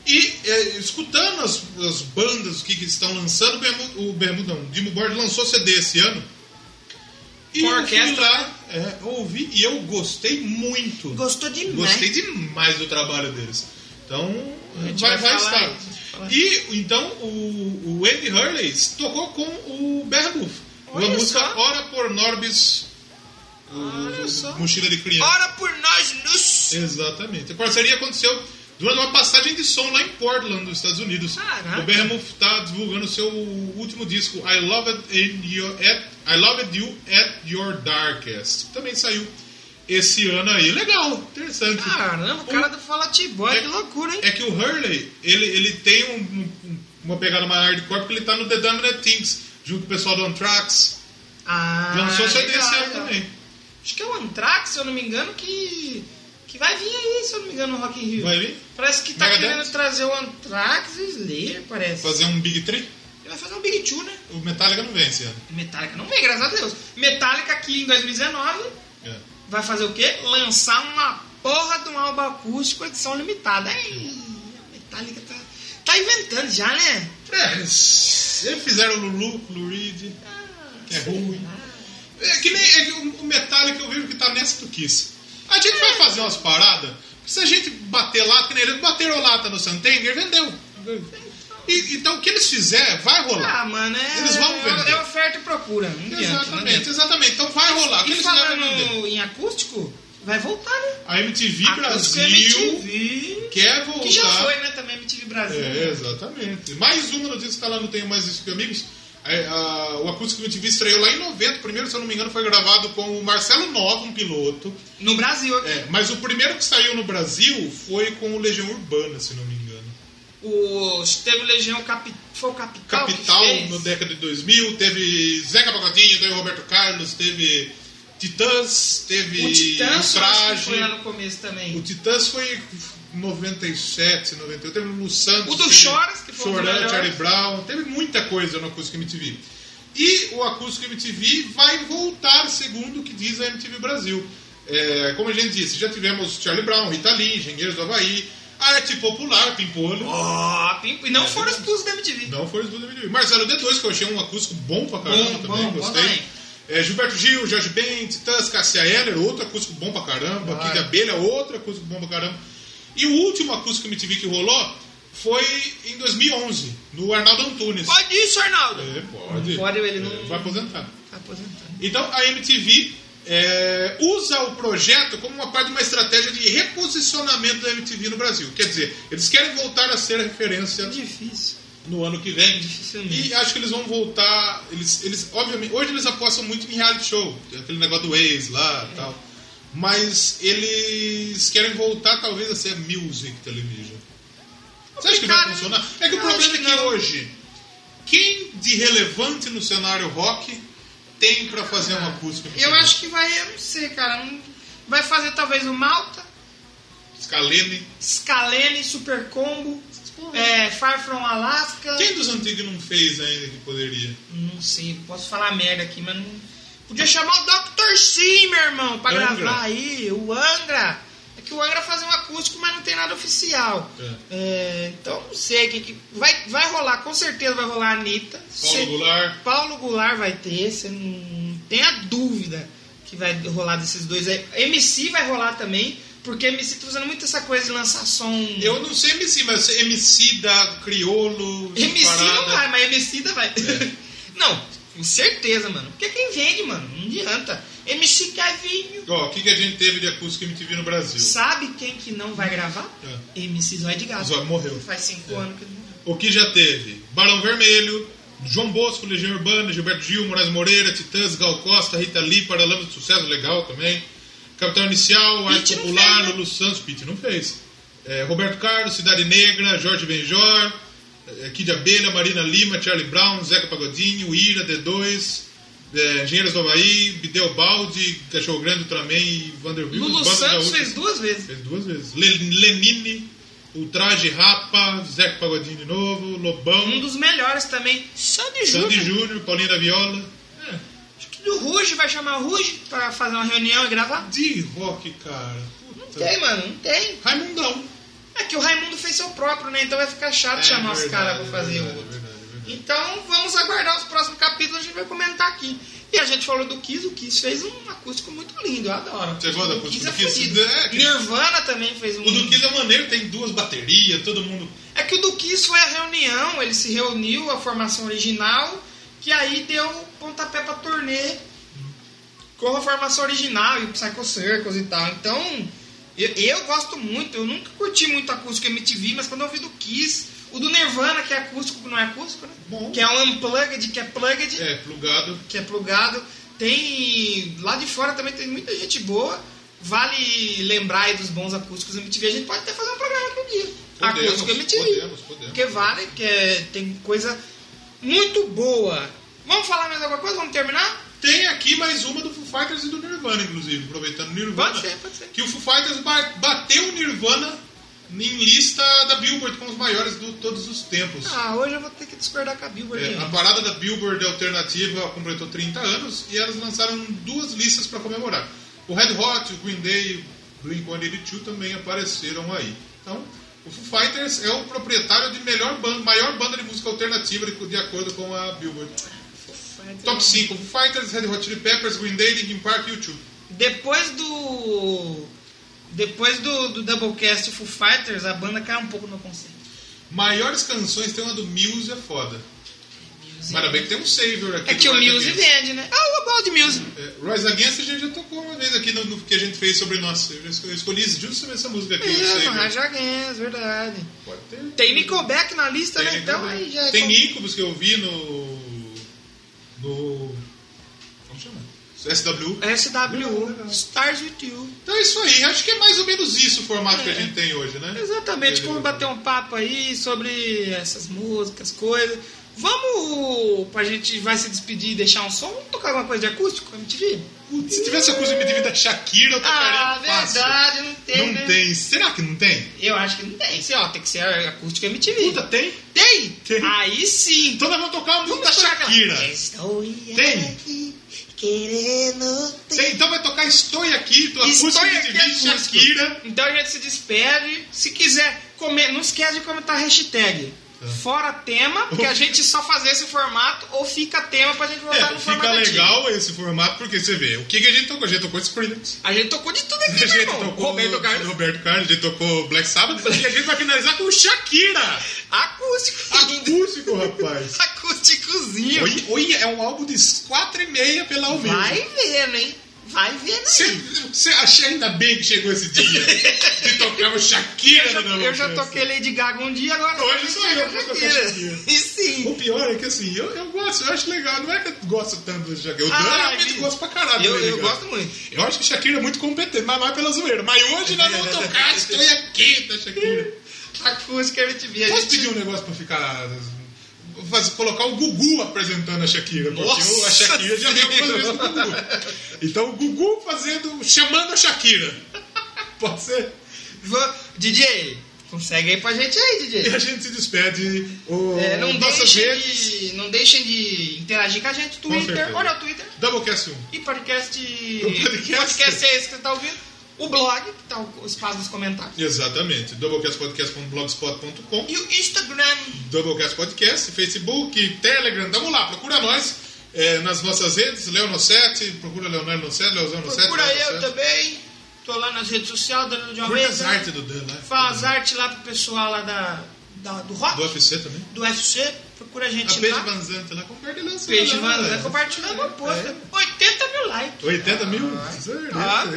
E é, escutando as, as bandas que, que estão lançando, o Bermuda, o Bermuda não, o Dimo Borg lançou CD esse ano. E
Com
eu
orquestra,
fui lá, é, eu ouvi e eu gostei muito.
Gostou demais.
Gostei demais do trabalho deles. Então,
A gente
vai,
vai
vai
falar, a
estar.
gente vai falar.
E então o, o Andy Hurley tocou com o Bermuth. Uma
Olha
música
só.
Ora por Norbis,
Olha só.
Mochila de Criança.
Ora por nós, nos.
Exatamente. A parceria aconteceu durante uma passagem de som lá em Portland, nos Estados Unidos.
Caraca.
O Behemoth está divulgando seu último disco, I Loved, in Your- at, I Loved You at Your Darkest. Também saiu esse ano aí. Legal, interessante.
Caramba, o cara do Fallout Boy, que loucura, hein?
É que o Hurley, ele, ele tem um- um- uma pegada mais hardcore porque ele tá no The Dominant Things, junto com o pessoal do Anthrax.
Ah,
Lançou CD
legal,
esse ano
legal.
também.
Acho que é o Anthrax, se eu não me engano, que. que vai vir aí, se eu não me engano, no Rock in Rio.
Vai vir?
Parece que tá
Megadeth?
querendo trazer o Anthrax e o Slayer, parece.
Fazer um Big Tree.
Ele vai fazer um Big Two, né?
O Metallica não vem esse ano.
Metallica não vem, graças a Deus. Metallica aqui em 2019
É.
vai fazer o quê? Lançar uma porra de um álbum acústico edição limitada. Ai, a Metallica tá, tá inventando já, né?
É, eles fizeram o Lulu, Lurid, que é ruim. É que nem é que o o Metallica eu vejo que tá nessa do Kiss. A gente vai fazer umas paradas, porque se a gente bater lata, que nem eles bateram lata no Santander, vendeu. E- então o que eles fizer vai rolar.
Ah, mano, é,
Eles vão vender.
é, é oferta e procura. Não adianta, não
exatamente,
adianta.
exatamente. Então vai rolar. O que
E
eles fizer vai vender.
falando em acústico, vai voltar, né?
A MTV
Acústico
Brasil
MTV,
quer voltar.
que já foi, né? Também MTV Brasil.
Tá. É, exatamente. Mais uma notícia que está lá no Tenho Mais Isso Que Amigos. É, a- o Acústico MTV estreou lá em 90. O primeiro, se eu não me engano, foi gravado com o Marcelo Nova, um piloto.
No Brasil aqui.
É, mas o primeiro que saiu no Brasil foi com o Legião Urbana, se não me engano.
O, teve o Legião Capi, foi Ah, o Capital.
Capital
que fez?
no década de 2000. Teve Zeca Pagodinho, teve Roberto Carlos, teve Titãs, teve
O Titãs eu acho que
Ultraje.
foi lá no começo também.
O Titãs foi 97, 98. um, Teve o Santos.
O do
teve
Choras, que foi um dos
Chorão,
melhores.
Charlie Brown. Teve muita coisa no Acústico MTV. E o Acústico MTV vai voltar, segundo o que diz a MTV Brasil. É, como a gente disse, já tivemos Charlie Brown, Rita Lee, Engenheiros do Havaí, Arte Popular, Pimpolho.
Ó, pim- e
É.
não foram expulsos da MTV.
Não foi os do MTV. Marcelo D2, que eu achei um acústico bom pra caramba
Bom,
também,
bom, bom
gostei.
também.
É, Gilberto Gil, Jorge Ben, Titãs, Cassia Heller, outro acústico bom pra caramba. Kid Abelha, outro acústico bom pra caramba. E o último acústico MTV que rolou foi em 2011, no Arnaldo Antunes.
Pode isso, Arnaldo.
É, pode.
Pode, ele
É,
não-
vai aposentar.
Tá aposentando.
Então a MTV é, usa o projeto como uma parte de uma estratégia de reposicionamento da MTV no Brasil. Quer dizer, eles querem voltar a ser a referência
Difícil.
no ano que vem.
Dificilmente.
E acho que eles vão voltar. Eles, eles, obviamente, hoje eles apostam muito em reality show, aquele negócio do ex lá e
É.
tal. Mas eles querem voltar talvez a ser a music television. Você acha que vai
Complicado,
funcionar?
hein?
É que o
Eu
problema é
acho
que
que não.
hoje, quem de relevante no cenário rock tem pra fazer um acústico?
Eu acho que vai, eu não sei, cara. não- Vai fazer talvez o Malta,
Scalene.
Scalene, Super Combo, é, Far From Alaska.
Quem dos antigos não fez ainda que poderia?
Não sei, posso falar merda aqui, mas não. Podia chamar o Dr. Sim, meu irmão, pra
Angra.
gravar aí, o Angra. É que o Angra faz um acústico, mas não tem nada oficial. É, então não sei, que, que vai, vai rolar, com certeza vai rolar a Anitta.
Paulo
Cê-
Goulart.
Paulo Goulart vai ter, você não tem a dúvida que vai rolar desses dois aí. MC vai rolar também, porque MC tá usando muito essa coisa de lançar som.
Eu não sei MC, mas MC da Criolo.
MC não
Parada.
vai, mas MC da vai. (laughs) Não, com certeza, mano. Porque é quem vende, mano, não adianta. MC Kevinho.
Ó, o que, que a gente teve de acústica MTV no Brasil?
Sabe quem que não vai gravar? MC Zói de Gato.
Zói morreu.
Faz cinco anos que ele morreu.
O que já teve? Barão Vermelho, João Bosco, Legião Urbana, Gilberto Gil, Moraes Moreira, Titãs, Gal Costa, Rita Lee, Paralamas do Sucesso, legal também. Capitão Inicial, Arte
Pitty não
Popular,
fez, né?
Lulu Santos, Pete não fez. É, Roberto Carlos, Cidade Negra, Jorge Benjor, é, Kid Abelha, Marina Lima, Charlie Brown, Zeca Pagodinho, Ira, D2, é, Engenheiros do Havaí, Bideu Baldi, Cachorro Grande, Ultraman e Vanderbilt.
Lulu Santos fez duas vezes.
Fez duas vezes. Le- Lenine, Ultraje Rapa, Zeca Pagodinho de novo,
Um
Lobão,
dos melhores também. Sandy Júnior.
Sandy Júnior, Paulinho da Viola.
Acho que o Ruge vai chamar o Ruge pra fazer uma reunião e gravar.
De rock, cara.
Não
Puta.
tem, mano, não tem.
Raimundão. É,
É que o Raimundo fez seu próprio, né? Então vai ficar chato chamar os caras pra fazer um.
verdade, é
outro.
verdade, verdade.
Então vamos aguardar os próximos capítulos, a gente vai comentar aqui. E a gente falou do Kiss, o Kiss fez um acústico muito lindo, eu adoro.
Você gosta do
O
acústico
Kiss é
do Kiss?
fodido.
É, que-
Nirvana também fez um.
O do Kiss é maneiro, tem duas baterias, todo mundo.
É que o do Kiss foi a reunião, ele se reuniu, a formação original, que aí deu um pontapé pra turnê com a formação original e o Psycho Circus e tal. Então, eu, eu gosto muito, eu nunca curti muito acústico MTV, mas quando eu vi do Kiss, o do Nirvana, que é acústico, que não é acústico, né?
Bom.
Que é um unplugged, que é plugged
É, plugado.
que é plugado. Tem. Lá de fora também tem muita gente boa. Vale lembrar aí dos bons acústicos MTV. A gente pode até fazer um programa aqui um dia.
Podemos,
Acústico MTV.
podemos, é. podemos.
Porque vale, que é- tem coisa muito boa. Vamos falar mais alguma coisa? Vamos terminar?
Tem aqui mais uma do Foo Fighters e do Nirvana, inclusive, aproveitando o Nirvana.
Pode ser, pode ser.
Que o Foo Fighters ba- bateu o Nirvana em lista da Billboard como os maiores de todos os tempos.
Ah, hoje eu vou ter que discordar com a Bilbo.
É, a parada da Billboard Alternativa completou 30 anos e elas lançaram duas listas para comemorar. O Red Hot, o Green Day e o Blink-182 também apareceram aí. Então, o Foo Fighters é o proprietário de melhor ban- maior banda de música alternativa de, de acordo com a Billboard. Top 5, Foo Fighters, Red Hot Chili Peppers, Green Day, Linkin Park e YouTube.
Depois do. Depois do, do Doublecast Foo Fighters, a banda caiu um pouco no conceito.
Maiores canções tem uma do Muse, é foda. Mas ainda bem que tem um savior aqui.
É
do
que o
Rise
Muse
Against.
vende, né? Ah, o About Muse.
É, Rise Against a gente já tocou uma vez aqui no, no que a gente fez sobre nós. Eu, já escolhi- eu escolhi justamente essa música aqui. do
Mesmo,
Savior.
Rajaguens, É, verdade.
Pode ter.
Tem Nickelback na lista, né?
Tem
Então
Nickelback.
aí já é
Tem
como-
Incubus que eu vi no. No. Como chama? SW.
É. SWU, Stars With You.
Então é isso aí. Acho que é mais ou menos isso o formato que a
É.
gente tem hoje, né?
Exatamente,
Ele-
como bater um papo aí sobre essas músicas, coisas. Vamos, pra gente vai se despedir e deixar um som, vamos tocar alguma coisa de acústico, MTV?
Se tivesse a coisa MTV da Shakira, eu tocaria
Ah,
é fácil.
verdade, não tem,
Não
né?
tem. Será que não tem?
Eu acho que não tem, sei lá, tem que ser acústico MTV.
Puta, tem?
tem!
Tem.
Aí sim!
Então nós vamos tocar a música da
Vamos tocar aquela-
Shakira.
Estou
Tem.
aqui querendo ter-
Tem, então vai tocar Estou Aqui, do
Estou
acústico
aqui, é
MTV
acústico.
Shakira.
Então a gente se despede. Se quiser, comer, não esquece de comentar a hashtag.
É.
Fora tema, que a gente só fazer esse formato ou fica tema pra gente voltar
É,
no formato
fica
antigo.
legal esse formato, porque você vê, o que, que a gente tocou? A gente tocou Skrillex.
A gente tocou de tudo
A
aqui, meu
gente
irmão.
tocou
Roberto Carlos,
Roberto Carlos, a gente tocou Black Sabbath. E a gente vai finalizar com Shakira.
acústico. (laughs)
Acústico, rapaz.
Acústicozinho.
Oi, oi, é um álbum de 4 e meia pela Almeida.
Vai vendo, hein? Vai vendo
Você, tá
aí.
você acha ainda bem que chegou esse dia de tocar o Shakira
Eu já,
na
eu já
festa?
toquei Lady Gaga um dia, agora
Hoje
também
sou
toca
eu que vou tocar Shakira.
E sim.
O pior é que assim, eu, eu gosto, eu acho legal. Não é que eu gosto tanto do Shakira. Eu
Ah,
realmente
sim.
gosto pra caralho.
Eu,
do Lady
eu
Gaga.
gosto muito.
Eu acho que Shakira é muito competente, mas vai pela zoeira. Mas hoje nós vamos
(laughs)
tocar Estou Aqui da Shakira.
Acústica MTV. A
Posso
gente...
pedir um negócio pra ficar... faz- colocar o Gugu apresentando a Shakira. Porque
Nossa
a Shakira já veio algumas
Senhora.
vezes com o Gugu. Então o Gugu fazendo... Chamando a Shakira. Pode ser?
Va- DJ, consegue aí pra gente aí,
E a
DJ.
(laughs) gente se despede. O...
É, não,
nossas
deixem
redes.
de, não deixem de interagir com a gente. Twitter,
certeza.
olha o Twitter.
Doublecast 1.
E podcast.
O podcast.
podcast é esse que você tá ouvindo. O blog, que tá o espaço dos comentários.
Exatamente. Doublecastpodcast.blogspot.com
E o Instagram.
Doublecast Podcast, Facebook, Telegram, vamos lá, procura nós é, nas nossas redes, Leo Nocete, procura Leonardo Nocete, Leozão Nocete.
Procura
Leo
eu
Nocete.
também. Tô lá nas redes sociais, dando de uma
Curta as
mesa.
artes do Dan, né?
Faz arte lá pro pessoal lá da, da- do rock,
Do
do,
UFC também.
UFC. Procura a
A É.
gente
Peixe
lá.
Vanzante lá, compartilha essa
Peixe
galera,
Vanzan.
velho.
Compartilhar uma posta. 80 mil likes.
80 mil?
Ah,
Isso aí,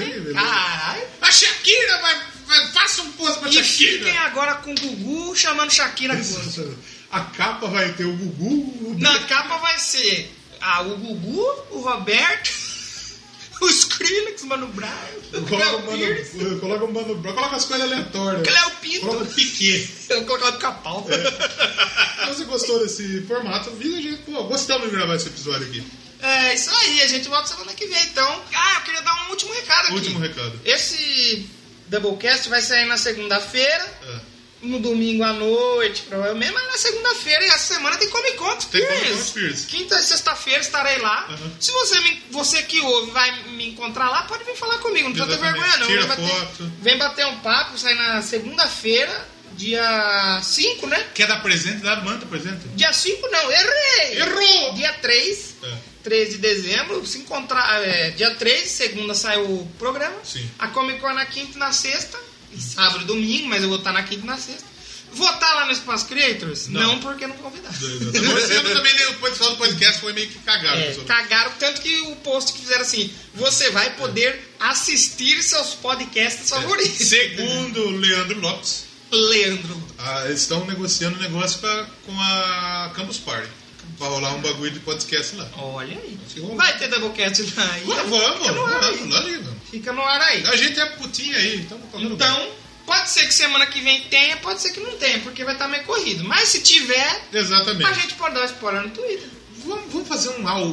hein?
beleza.
Caralho.
A Shakira vai, vai- faça um post pra
E fiquem
Shakira.
agora com o Gugu chamando Shakira Gugu.
A capa vai ter o Gugu, o
Na capa vai ser ah, o Gugu, o Roberto, (laughs) o Skrillex, o Mano Brown, o
Coloca
Cleo
o
Pires,
Mano, coloca o Mano Brown, coloca as coisas aleatórias.
Cleo Pinto.
Coloca o Piquet.
Eu vou colocar o Capau.
Se você gostou desse formato, avisa a gente. Pô, gostamos de gravar esse episódio aqui.
É isso aí, a gente volta semana que vem, então. Ah, eu queria dar um último recado aqui.
Último recado.
Esse Doublecast vai sair na segunda-feira,
É.
no domingo à noite, provavelmente, mas na segunda-feira e essa semana tem Comic Con.
Tem
Experience.
Comic Con Experience.
Quinta e sexta-feira estarei lá.
Aham.
Se você, me- você que ouve vai me encontrar lá, pode vir falar comigo, não precisa ter
Exatamente.
vergonha não.
Tira
vem,
foto.
bater, vem bater um papo, sai na segunda-feira, dia 5, né?
Quer dar presente? Dá, manda presente.
Dia 5 não, errei!
Errou!
Dia 3,
É.
3 de dezembro, se encontrar. é, dia 3, segunda sai o programa.
Sim.
A Comic Con é na quinta e na sexta. E sábado e domingo, mas eu vou estar na quinta e na sexta. Vou estar lá no Espaço Creators?
Não.
Não, porque não convidaram. (laughs)
Esse ano também né, o pessoal do podcast foi meio que cagado.
É,
pessoal.
cagaram tanto que o post que fizeram assim: você vai poder assistir seus
É.
podcasts favoritos.
Segundo o Leandro Lopes,
Leandro.
ah, eles estão negociando um negócio pra, com a Campus Party. Pra rolar um bagulho de podcast lá.
Olha aí.
que vamos-
Vai ter Doublecast lá. aí.
Vamos, vamos,
Fica no ar aí.
vamos, lá ali, vamos.
Fica no ar aí.
A gente é putinha aí, então qualquer lugar.
Então, pode ser que semana que vem tenha, pode ser que não tenha, porque vai estar meio corrido. Mas se tiver, a
Exatamente.
gente pode dar um spoiler no Twitter.
Vamos, vamos fazer um, al- um,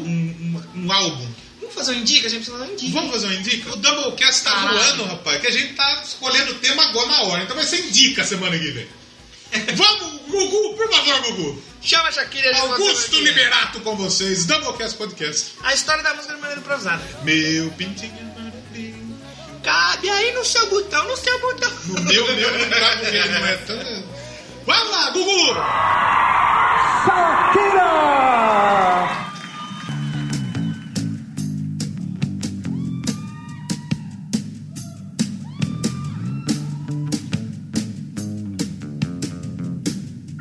um- um álbum.
Vamos fazer um indica? A gente precisa fazer um indica.
Vamos fazer um indica? O Doublecast tá
Caralho.
voando, rapaz, que a gente tá escolhendo o tema agora na hora. Então vai ser indica semana que vem. Vamos, Gugu, por favor, Gugu.
Chama a Shakira. a gente volta
Augusto
semana que vem.
Liberato com vocês, Doublecast Podcast.
A história da música de maneira improvisada.
Meu pintinho maravilhoso.
Cabe aí no seu botão, no seu botão.
No meu,
(laughs)
meu, não dá porque ele não é tão... Vamos lá, Gugu!
Shakira,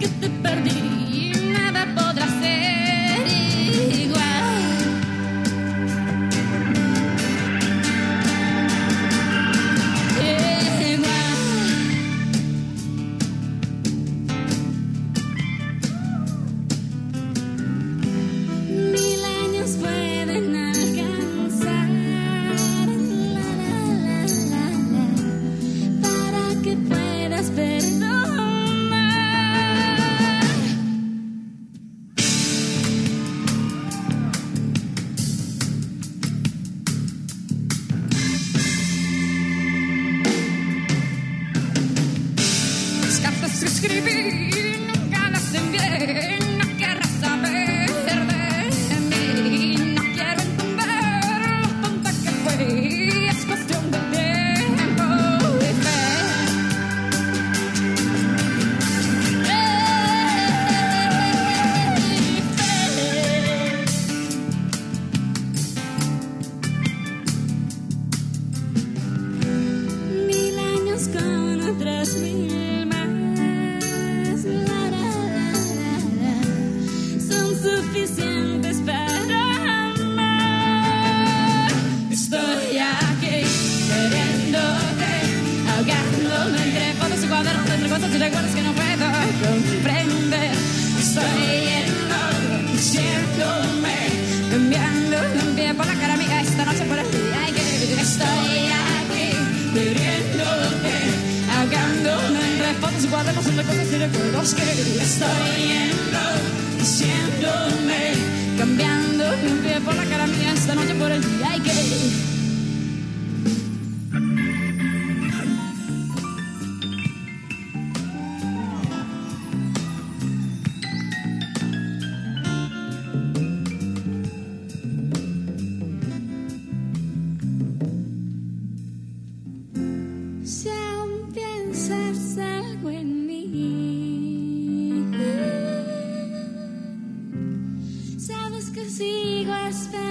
que te perdí y nada podrá ser igual. Igual. Mil años pueden alcanzar la, la, la, la, para que puedas perdonar. Las cartas que escribí nunca las envié. No querrás saber de mí. No quiero entender lo tonta que fui. Es cuestión de tiempo y fe. Fe, fe. Mil años con otras mil más La, la, la, la, la. Son suficientes para amar Estoy aquí queriéndote Ahogándome entre fotos y cuadernos Entre cosas y recuerdos que no puedo comprender Estoy en diciéndome Cambiando un pie por la cara amiga Esta noche por el día y que Estoy aquí queriéndote Ahogándome entre fotos y cuadernos Entre cosas y recuerdos que Estoy en diciéndome Cambiando un pie por la cara amiga Esta noche por el día y que Si aún piensas algo en eh, mí, sabes que sigo esperando.